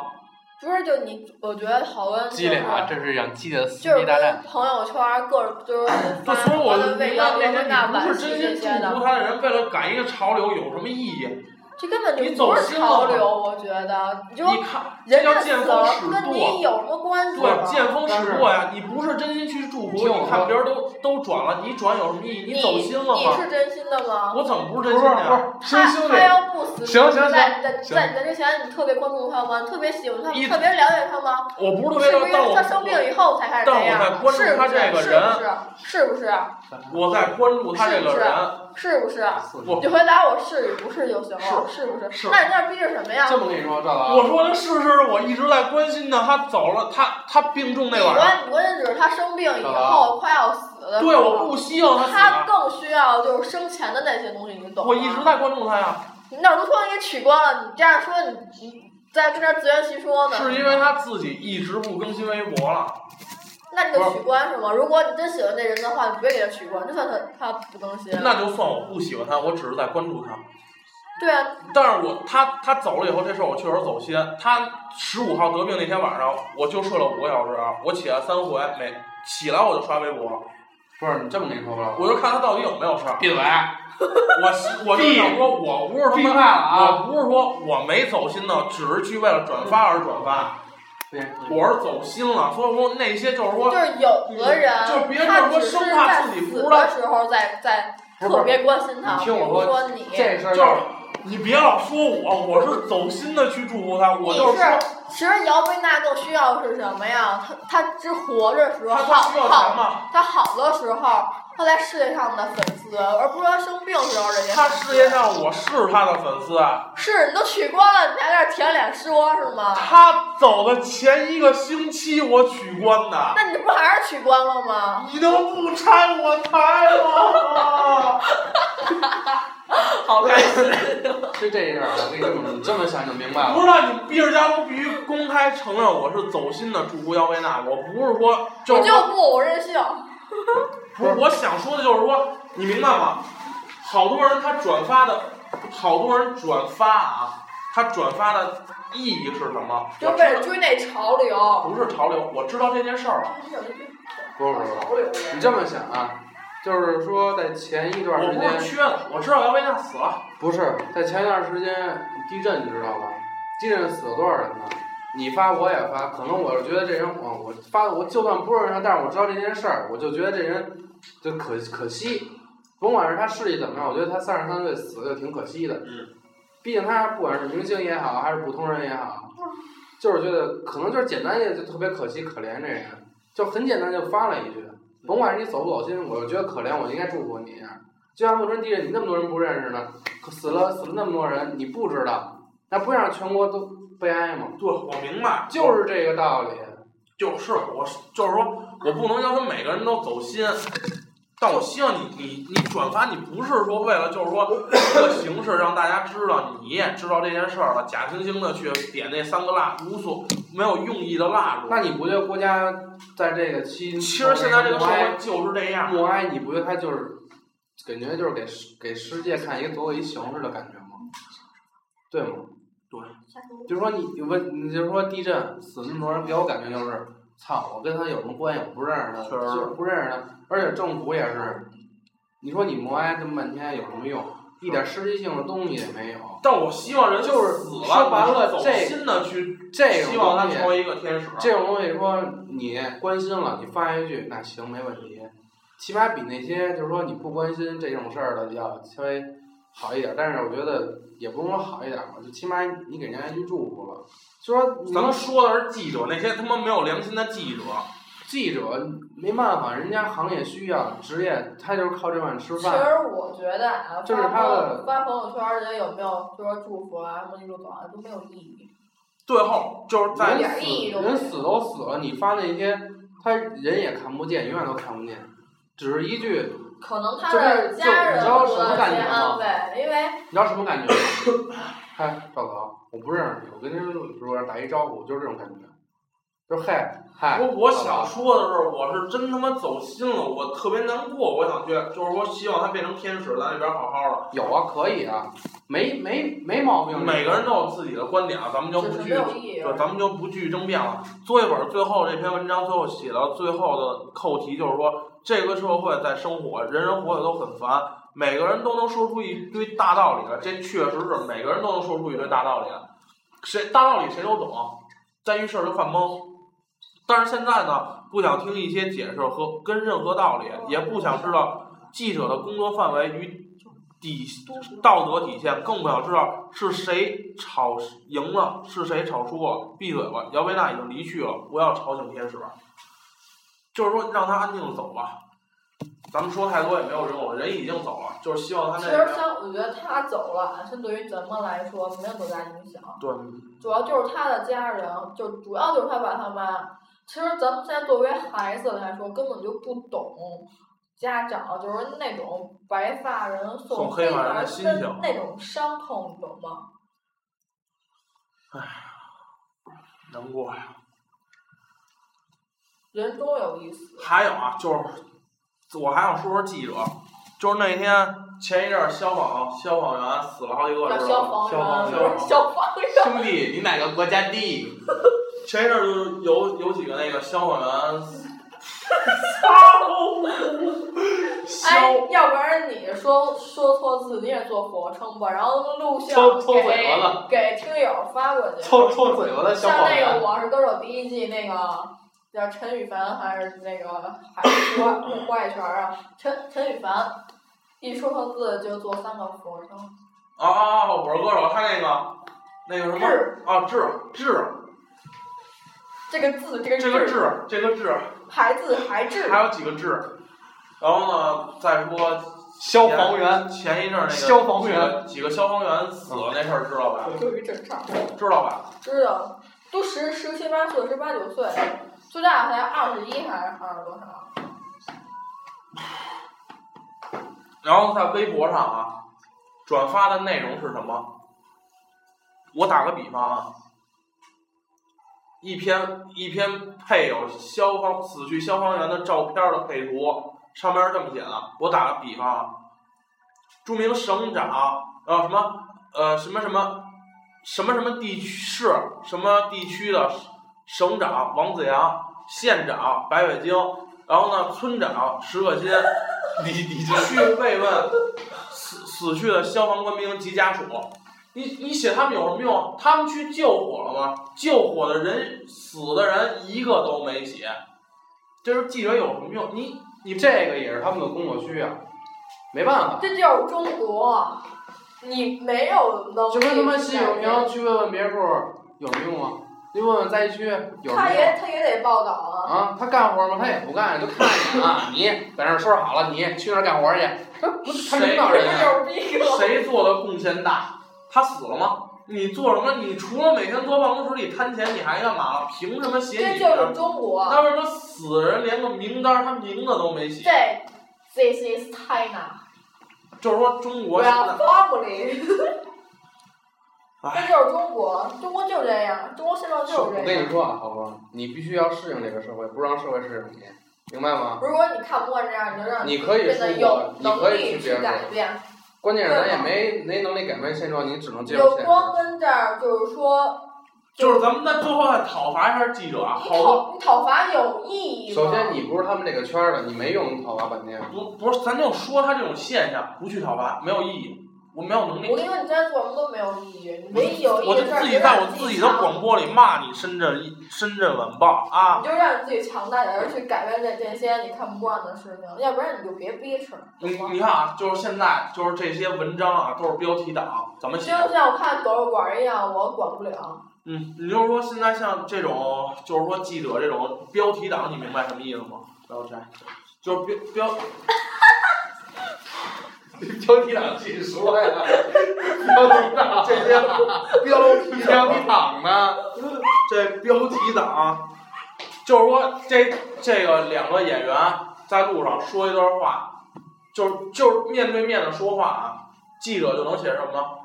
G: 不是就你，我觉得好多人
K: 鸡俩，这
G: 就是
K: 是养鸡的撕
G: 就是
K: 逼大
G: 跟
K: 战。
G: 朋友圈儿各种就是
C: 哎不，
G: 发
C: 所以我
G: 的
C: 明白
G: 为了
C: 那
G: 那
C: 些你
G: 惋
C: 不是
G: 惜
C: 真心
G: 这些
C: 祝福
G: 的，
C: 他的人，为了赶一个潮流有什么意义？
G: 这根本
C: 你
G: 就
C: 走
G: 不是
C: 心了
G: 潮
C: 吗
G: 流，我觉得。你就
C: 你看，这
G: 人
C: 叫
G: 家
C: 见
G: 死
C: 风
G: 了
C: 使
G: 跟
C: 舵
G: 你。有什么关系吗
C: 对，？见风
I: 但
C: 使
I: 是
C: 舵呀！你不是真心去祝福，
I: 听我
C: 你看
I: 说
C: 别人都都转了，你转有什么意义？
G: 你
C: 走心了
G: 你
C: 吗？
G: 是真心的吗？
C: 我怎么不是
I: 不是
C: 真
I: 不
C: 心
I: 是
C: 的呀？
G: 他
I: 不是，亲兄弟
G: 他，要不死，
I: 行行
G: 在在
I: 行
G: 在在之前，你特别关注他吗？特别喜欢他
C: 一
G: 吗？特别了解他吗？
C: 我不是特别了解，
G: 是不是因
C: 但
G: 为
C: 我
G: 他生病以后才开始这样
C: 但我在关注他这个人
G: 是不是？是不是？
C: 我在关注他这个人。
G: 是不是？是不是？
C: 我
G: 你回答我是与不是就行了，是不
C: 是
G: 是？那你那逼着什么呀？
I: 这么跟你说，赵老，
C: 我说的是是，我一直在关心他，他走了，他他病重
G: 你
C: 那晚上，
G: 关你关键只是他生病以
I: 好
G: 后快要死的时候，
C: 对，我不希望他死
G: 他
C: 啊。
G: 更啊需要就是生前的那些东西，你懂吗？
C: 我一直在关注他呀，
G: 你哪儿都突然给取光了，你这样说你你在跟这儿自圆其说呢？
C: 是因为他自己一直不更新微博了。
G: 那你就取关是吗？如果你真喜欢这人的话，你不会给他取关，就算他他不更新。
C: 那就算我不喜欢他，我只是在关注他。
G: 对啊，
C: 但是我他他走了以后，这事儿我确实走心。他十五号得病那天晚上，我就睡了五个小时，啊我起来三回，每起来我就刷微博，
I: 不是你这么跟你说吧，
C: 我就看他到底有没有事儿。
K: 闭嘴！
C: 我是我就想说，我不是
I: 啊闭
C: 他
I: 麦
C: 妈，
I: 了啊！
C: 我不是说我没走心呢，只是去为了转发而转发，
I: 对，
C: 我是走心了。所以说那些就是
G: 就
C: 说，
G: 是有的人，
C: 嗯就别人
G: 他
C: 说
G: 只是
C: 生怕
G: 在
C: 自己不
G: 死
C: 知道
G: 的时候在在
I: 不是
G: 特别关心他，
I: 你
G: 比
I: 听
G: 如
I: 我说
G: 说你，
I: 这事
C: 就
I: 儿
C: 是
I: 要
C: 你别老说我，我是走心的去祝福他，我
G: 你
C: 就是说
G: 其实姚贝娜更需要的是什么呀？他他只活着的时候
C: 他
G: 好
C: 他需要钱
G: 好，
C: 吗？
G: 他好的时候，他在事业上的粉丝，而不是他生病的时候人家。
C: 他事业上我是他的粉丝啊，
G: 是你都取关了，你还在这儿舔脸说是吗？
C: 他走的前一个星期我取关的，
G: 那你不还是取关了吗？
C: 你能不拆我台吗？
G: 好开心。
I: 是这事儿，啊我跟你这么你这么想就明白
C: 不
I: 了。
C: 是让你逼着家族必须公开承认我是走心的祝福姚贝娜，我不是说就
G: 我
C: 是
G: 就
C: 说
G: 不，我任性。
C: 不是我想说的就是说，你明白吗？好多人他转发的，好多人转发啊，他转发的意义是什么？
G: 就
C: 我
G: 为了
C: 知
G: 追那潮流。
C: 道不是潮流，我知道这件事儿了。
I: 不是不是不是，你这么想啊，就是说在前一段
C: 我
I: 时
C: 不是
I: 间，
C: 缺的，我知道姚贝娜死了，
I: 不是在前一段时间地震，你知道吧？地震死了多少人呢？你发我也发，可能我是觉得这人我我发我就算不认识他，但是我知道这件事儿，我就觉得这人就可可惜。甭管是他事业怎么样，我觉得他三十三岁死了就挺可惜的。
C: 嗯。
I: 毕竟他不管是明星也好，还是普通人也好，就是觉得可能就是简单一点就特别可惜可怜这人，就很简单就发了一句，甭管是你走不走心，我觉得可怜，我应该祝福你。就像汶川地震，你那么多人不认识呢，可死了死了那么多人，你不知道，那不让全国都悲哀吗？
C: 对，我明白，
I: 就是这个道理。
C: 就是我是，就是说我不能要求每个人都走心，但我希望你你你转发，你不是说为了就是说这个形式让大家知道你也知道这件事儿了，假惺惺的去点那三个蜡无所没有用意的蜡烛。
I: 那你不觉得国家在这个期
C: 其实现在这个社会就是这样，
I: 默哀，你不觉得他就是感觉就是给世给世界看一个作为一形式的感觉吗？对吗？
C: 对。
I: 就是说你问，你就是说地震死那么多人，给我感觉就是，操，我跟他有什么关系？我不认识他，
C: 确实
I: 就是不认识他，而且政府也是，你说你默哀这么半天有什么用？一点实际性的东西也没有。
C: 但我希望人
I: 就是
C: 死
I: 说白
C: 了，
I: 了
C: 你是走
I: 这
C: 心的去，
I: 这种
C: 希望他
I: 东西
C: 成为一个天使。
I: 这种东西说你关心了，你发一句那行没问题，起码比那些就是说你不关心这种事儿的要稍微好一点。但是我觉得也不用说好一点吧，就起码你给人家一句祝福了。就说你
C: 咱们说的是记者，那些他妈没有良心的记者，
I: 记者没办法，人家行业需要，职业他就是靠这碗吃
G: 其
I: 饭。
G: 实我觉得啊，
I: 这是
G: 发
I: 他
G: 朋
I: 的
G: 发朋友圈人家有没有就说祝福啊什么一路走啊都没有意义。
C: 最后就是在
G: 一点意义都没有
I: 人死都死了，你发那些他人也看不见，永远都看不见，只是一句，
G: 可能他
I: 就是
G: 的
I: 就
G: 家人
I: 你知道
G: 得
I: 什么
G: 到一
I: 感
G: 些
I: 觉吗
G: 安慰，因为
I: 你知道什么感觉 吗？嗨，赵哥，我不认识你，我跟您说打一招呼，就是这种感觉。就是嗨嗨。
C: 我我
I: 好
C: 想
I: 吧
C: 说的是，我是真他妈走心了，我特别难过，我想去，就是说希望他变成天使，咱那边好好的。
I: 有啊，可以啊，没没没毛病。
C: 每个人 都有自己的观点，啊咱们就
G: 只
C: 不
G: 是
C: 去
G: 没有意义
C: 对，。咱们就不去争辩了。作业本最后这篇文章最后写到最后的扣题就是说，这个社会在生活，人人活得都很烦，每个人都能说出一堆大道理来，这确实是每个人都能说出一堆大道理来，谁大道理谁都懂，但遇事儿就犯懵。但是现在呢，不想听一些解释和跟任何道理，也不想知道记者的工作范围与底道德底线，更不想知道是谁吵赢了，是谁吵输了。闭嘴吧，姚贝娜已经离去了，不要吵醒天使。就是说，让他安静的走吧。咱们说太多也没有用，人已经走了，就是希望他
G: 其
C: 那
G: 实
C: 边
G: 像我觉得他走了，本身对于咱们来说没有多大影响，
C: 对
G: 主要就是他的家人，就主要就是他爸他妈。其实咱们现在作为孩子来说，根本就不懂家长就是那种白发人
C: 送
G: 送
C: 黑
G: 发
C: 马人的
G: 人
C: 心
G: 那
C: 情
G: 那种伤痛，你懂吗？
C: 难过呀。
G: 人终有一死。
C: 还有啊，就是我还想说说记者，就是那天前一阵儿消防消防员死了好几个，
G: 叫
C: 知
G: 消
C: 道吗？
G: 防
I: 消防
G: 员，
C: 员
G: 不是消防员，
I: 兄弟，你哪个国家的？
C: 前一阵儿就有有几个那个消防员，消
G: 哎，要不然你说说错字，你也做俯卧撑吧，然后录像
I: 抽抽
G: 给
I: 嘴巴了，
G: 给听友发过去。
I: 抽抽
C: 啊
I: 嘴巴的消
G: 像
I: 防
G: 那个《
I: 员。
G: 我是歌手》第一季那个叫陈羽凡还是那个还是花花一圈儿啊？陈陈羽凡一说错字就做三个俯卧撑，
C: 啊啊啊！我是歌手，他那个那个什么
G: 志
C: 啊志志
G: 这个字这个
C: 这个
G: 志
C: 志这个志，
G: 孩子还志
C: 还有几个志，然后呢再说
I: 消防员，
C: 前一阵儿那个
I: 消防员
C: 几个几个消防员死了那事儿知道吧？
G: 就一正常，
C: 知道吧？
G: 知道都十十七八岁，十八九岁，最大才二十一还是二十多啊少？
C: 然后在微博上啊，转发的内容是什么？我打个比方啊，一篇一篇配有消防死去消防员的照片的配图，上面是这么写的。我打个比方啊，著名省长，然后什么呃什么什么什么什么地区市什么地区的省长王子阳，县长白北京，然后呢村长石可欣。
I: 你 你这
C: 去慰问死死去的消防官兵及家属。你你写他们有什么用？他们去救火了吗？救火的人死的人一个都没写，这是记者有什么用？你
I: 你这个也是他们的工作需要，没办法。
G: 这就是中国，你没有能力去
I: 就
G: 改
I: 跟他
G: 变。
I: 妈习近平去问问别处有什么用啊？你问问灾区有什
G: 他
I: 么用
G: 也？他也得报道啊。
I: 啊，他干活吗？他也不干，就看你啊，你在那儿收拾好了，你去那儿干活去。他不是他领导人啊，
G: 有逼格。
C: 谁做的贡献大？他死了吗？你做什么？你除了每天坐办公室里摊钱，你还干嘛了？凭什么写
G: 这
C: 你
G: 就是
C: 的？
G: 中国。
C: 那为什么死人连个名单儿他名字都没写？
G: 这 This is China.
C: 就是说中国
G: We
I: 啊
C: 现
G: are
C: 在，
G: family.
C: 唉
G: 这就是中国，中国就这样，中国现状
I: 我
G: 就是这
I: 跟你
G: 样。
I: 说啊，好吧，你必须要适应这个社会，不让社会适应你，明白吗？
G: 如果你看不惯这样，你就让
I: 你可以
G: 变得
I: 出
G: 有
I: 国你
G: 能
I: 可以
G: 力
I: 去别
G: 去
I: 人
G: 改
I: 那儿
G: 变。
I: 关键是咱也没没能力改变现状，你只能接受
G: 有
I: 现实。
G: 光跟这儿就是说，
C: 就是咱们在最后再讨伐一下记者啊，
G: 你
C: 好多
G: 讨你讨伐有意义吗？
I: 首先，你不是他们这个圈儿的，你没用讨伐 半天。
C: 不不是，咱就说他这种现象，不去讨伐没有意义，我没有能力
G: 我。跟你说，你现在做什么都没有意义，你唯一有意义
C: 我就
G: 的事儿
C: 自
G: 你
C: 己在
G: 就让
C: 我
G: 你
C: 自己的
G: 强
C: 广播里骂你深圳一深圳晚报啊！
G: 你就让你自己强大点，而去改变这这些你看不惯的事情，要不然你就别逼扯。
C: 你你看啊，就是现在就是这些文章啊，都是标题党怎么
G: 就
C: 写？
G: 像我看狗肉馆一样，我管不了。
C: 嗯，你就是说现在像这种，就是说记者这种标题党，你明白什么意思吗？标题，就是 标标
I: 标题党自己
C: 啊
I: 说呀，标题党这些
C: 标题啊
I: 标题党呢？
C: 这标题党啊，就是说这这个两个演员在路上说一段话，就是就是面对面的说话啊，记者就能写什么？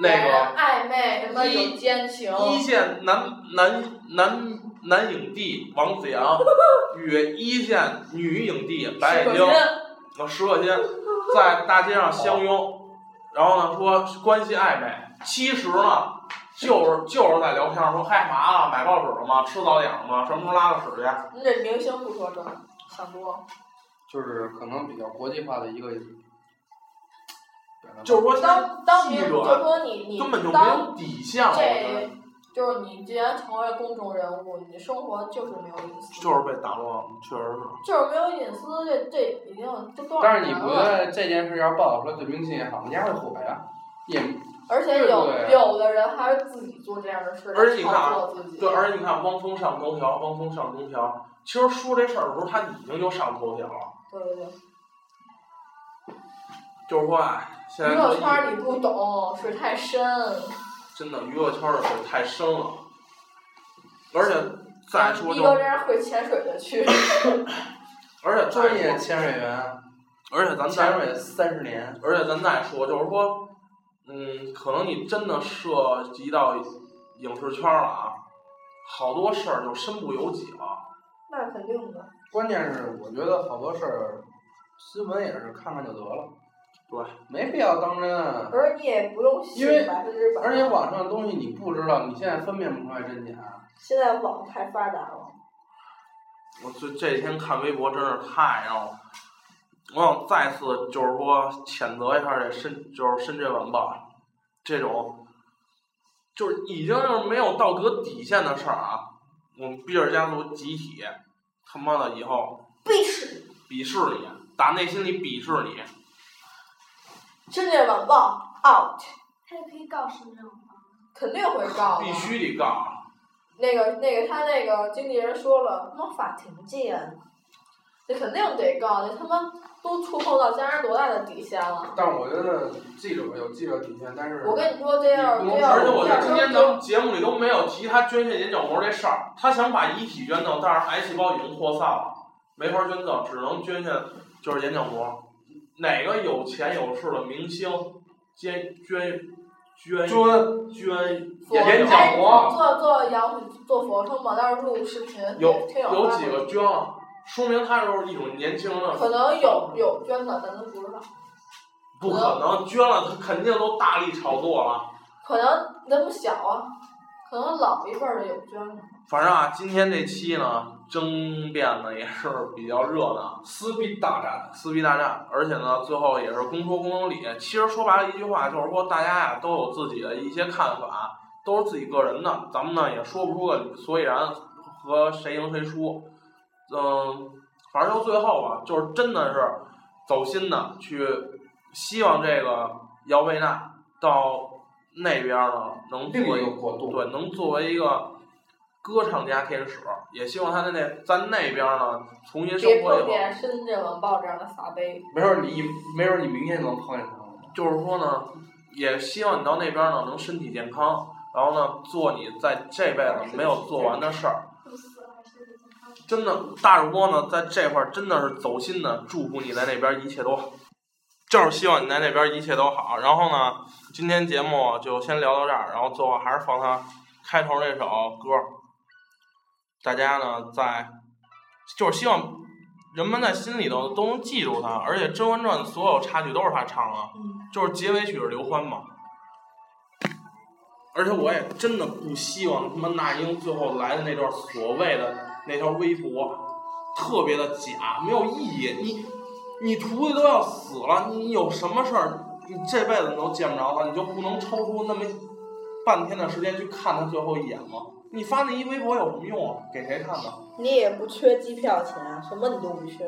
C: 那个
G: 暧昧什么有
C: 一
G: 奸情，
C: 一线男男男男影帝王子阳与一线女影帝白
G: 是
C: 眼
G: 不
C: 鲸
G: 是
C: 呃石可欣在大街上相拥，然后呢说关系暧昧，其实呢就是就是在聊天，说嗨嘛啊了，买报纸了吗？吃早点了吗？什么时候拉个屎去？
G: 你这明星不说这，想多。
I: 就是可能比较国际化的一个，
C: 就是说
G: 当当明
C: 记
G: 就
C: 者
G: 说你你
C: 根本就没
G: 当
C: 有底线了，我觉得
G: 这就是你既然成为了公众人物，你的生活就是没有隐私，
C: 就是被打乱了，确实是。
G: 就是没有隐私，这这已经这多少
I: 但是你
G: 年
I: 不觉
G: 了
I: 得这件事要报道出来对明星也好，人家会火呀？也
G: 而且
I: 对
G: 有
I: 不对
G: 有的人还是自己做这样的事，
C: 而且你看啊
G: 炒作自己。
C: 对，而且你看汪峰上头条，汪峰上头条，其实说这事儿的时候，他已经就上头条了，
G: 对对对，
C: 就是说啊，现在
G: 娱乐圈儿你不懂，水太深。
C: 真的娱乐圈的水太深了，而且再说
G: 嗯一
C: 就，
G: 哥真是会潜水 的去，
C: 而且
I: 专
C: 再
I: 业
C: 说，
I: 潜水员，
C: 而且咱们
I: 潜
C: 再，
I: 水三十年，
C: 而且咱再说，就是说，嗯，可能你真的涉及到影视圈了啊，好多事儿就身不由己了，
G: 那肯定的。
I: 关键是我觉得好多事儿，新闻也是看看就得了，
C: 对，
I: 没必要当真啊。
G: 而且你也不用信
I: 因为
G: 百分之百。
I: 而且网上的东西你不知道，你现在分辨不出来真假。
G: 现在网太发达了，
C: 我这这几天看微博真是太让我，我想再次就是说谴责一下这深就是深圳晚报这种，就是已经是没有道德底线的事儿啊！我们比尔家族集体他妈的以后
G: 必吃。
C: 鄙视你，打内心里鄙视你，
G: 深圳晚报 out
J: 他也可以告深圳网吧。
G: 肯定会告的
C: 必。须得告。
G: 那个那个他那个经纪人说了，他妈法庭见，这肯定得告，这他妈都触碰到家人多大的底线了。
I: 但我觉得记者有记者底线，但是
G: 我跟你说，这要
I: 你
G: 这
I: 不能
G: 要
C: 而且
G: 这
C: 我觉
G: 要
C: 得今天咱
G: 说
C: 们节目里都没有提他捐献眼角膜这事儿，他想把遗体捐赠，但是癌细胞已经扩散了，没法捐赠，只能捐献就是眼角膜。哪个有钱有势的明星捐捐捐
I: 尊
C: 捐
G: 佛
I: 眼角
G: 哎
C: 啊
I: 膜
G: 做做羊做俯卧撑吧，到时候录视频，
C: 有
G: 挺有
C: 有
G: 画
C: 几
G: 面
C: 个捐了，说明他就是一种年轻的，
G: 可能有有捐的，咱都不知道。
C: 不可能捐了，他肯定都大力炒作了。
G: 可能咱们小啊，可能老一辈儿的有捐的。
C: 反正啊，今天这期呢，争辩呢也是比较热闹。
I: 撕逼大战，
C: 撕逼大战，而且呢，最后也是公说公有理。其实说白了一句话，就是说大家呀都有自己的一些看法，都是自己个人的，咱们呢也说不出个所以然和谁赢谁输。嗯，反正就最后啊，就是真的是走心的去，希望这个姚贝娜到那边呢能
I: 另
C: 做
I: 一
C: 一
I: 个国度。
C: 对，能作为一个歌唱家天使，也希望他在那在那边呢重新生
G: 别
C: 活以
G: 碰
C: 后。
G: 见深圳晚报这样的撒杯，
I: 没准儿你没准儿你明天就能碰见他了。
C: 就是说呢，也希望你到那边呢能身体健康，然后呢做你在这辈子没有做完的事儿。
J: 不死还是得健康。
C: 真的，大主播呢在这块儿真的是走心的，祝福你在那边一切都好，就是希望你在那边一切都好。然后呢，今天节目就先聊到这儿，然后最后还是放他开头那首歌儿，大家呢在就是希望人们在心里头都能记住他，而且《甄嬛传》所有插曲都是他唱的，就是结尾曲是刘欢嘛。而且我也真的不希望他妈那英最后来的那段所谓的那条微博，特别的假，没有意义。你你徒弟都要死了，你有什么事儿，你这辈子都见不着他，你就不能抽出那么半天的时间去看他最后一眼吗？你发那一微博有什么用啊？给谁看呢？
G: 你也不缺机票钱，啊什么你都不缺。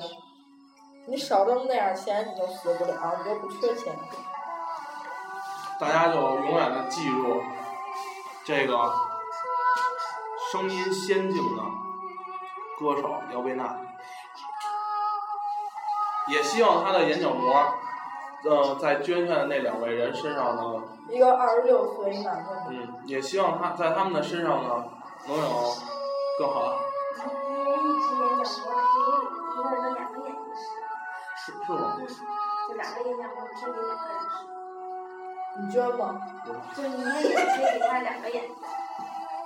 G: 你少挣那点钱，你就死不了，你就不缺钱。
C: 大家就永远的记住这个声音仙境的歌手姚贝娜，也希望她的眼角膜，呃，在捐献的那两位人身上呢，
G: 一个二十六岁一男的，
C: 嗯，也希望她在他们的身上呢，能有更好的，
J: 一人一只眼角膜，可以一个人有两个眼睛使，
C: 是是吗？
J: 就两个眼角膜可以给两个人使。
D: 你捐吗？
E: 就是你一个眼睛给他两个眼睛，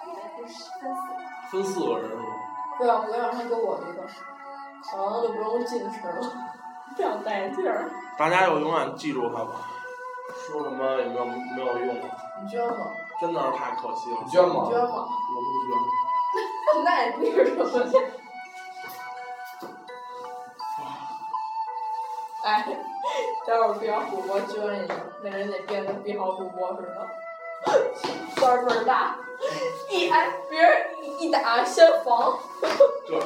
E: 你们就是分死。
C: 分四个人是吗？
D: 对啊，昨天晚上给我一个，好像就不用近视 了，不想戴眼镜儿。
C: 大家要永远记住它吧，说什么也没有没有用，
D: 你捐吗？
C: 真的是太可惜了。
I: 你捐吗
D: 你捐吗？
C: 我不捐。
D: 那也不是什么钱。哎，待会儿碧瑶主播捐一个，那人得变跟碧瑶主播似的，官儿倍儿大，一哎别人一一打先防，
C: 对，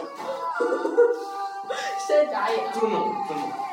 D: 先眨眼。
C: 尊重尊重。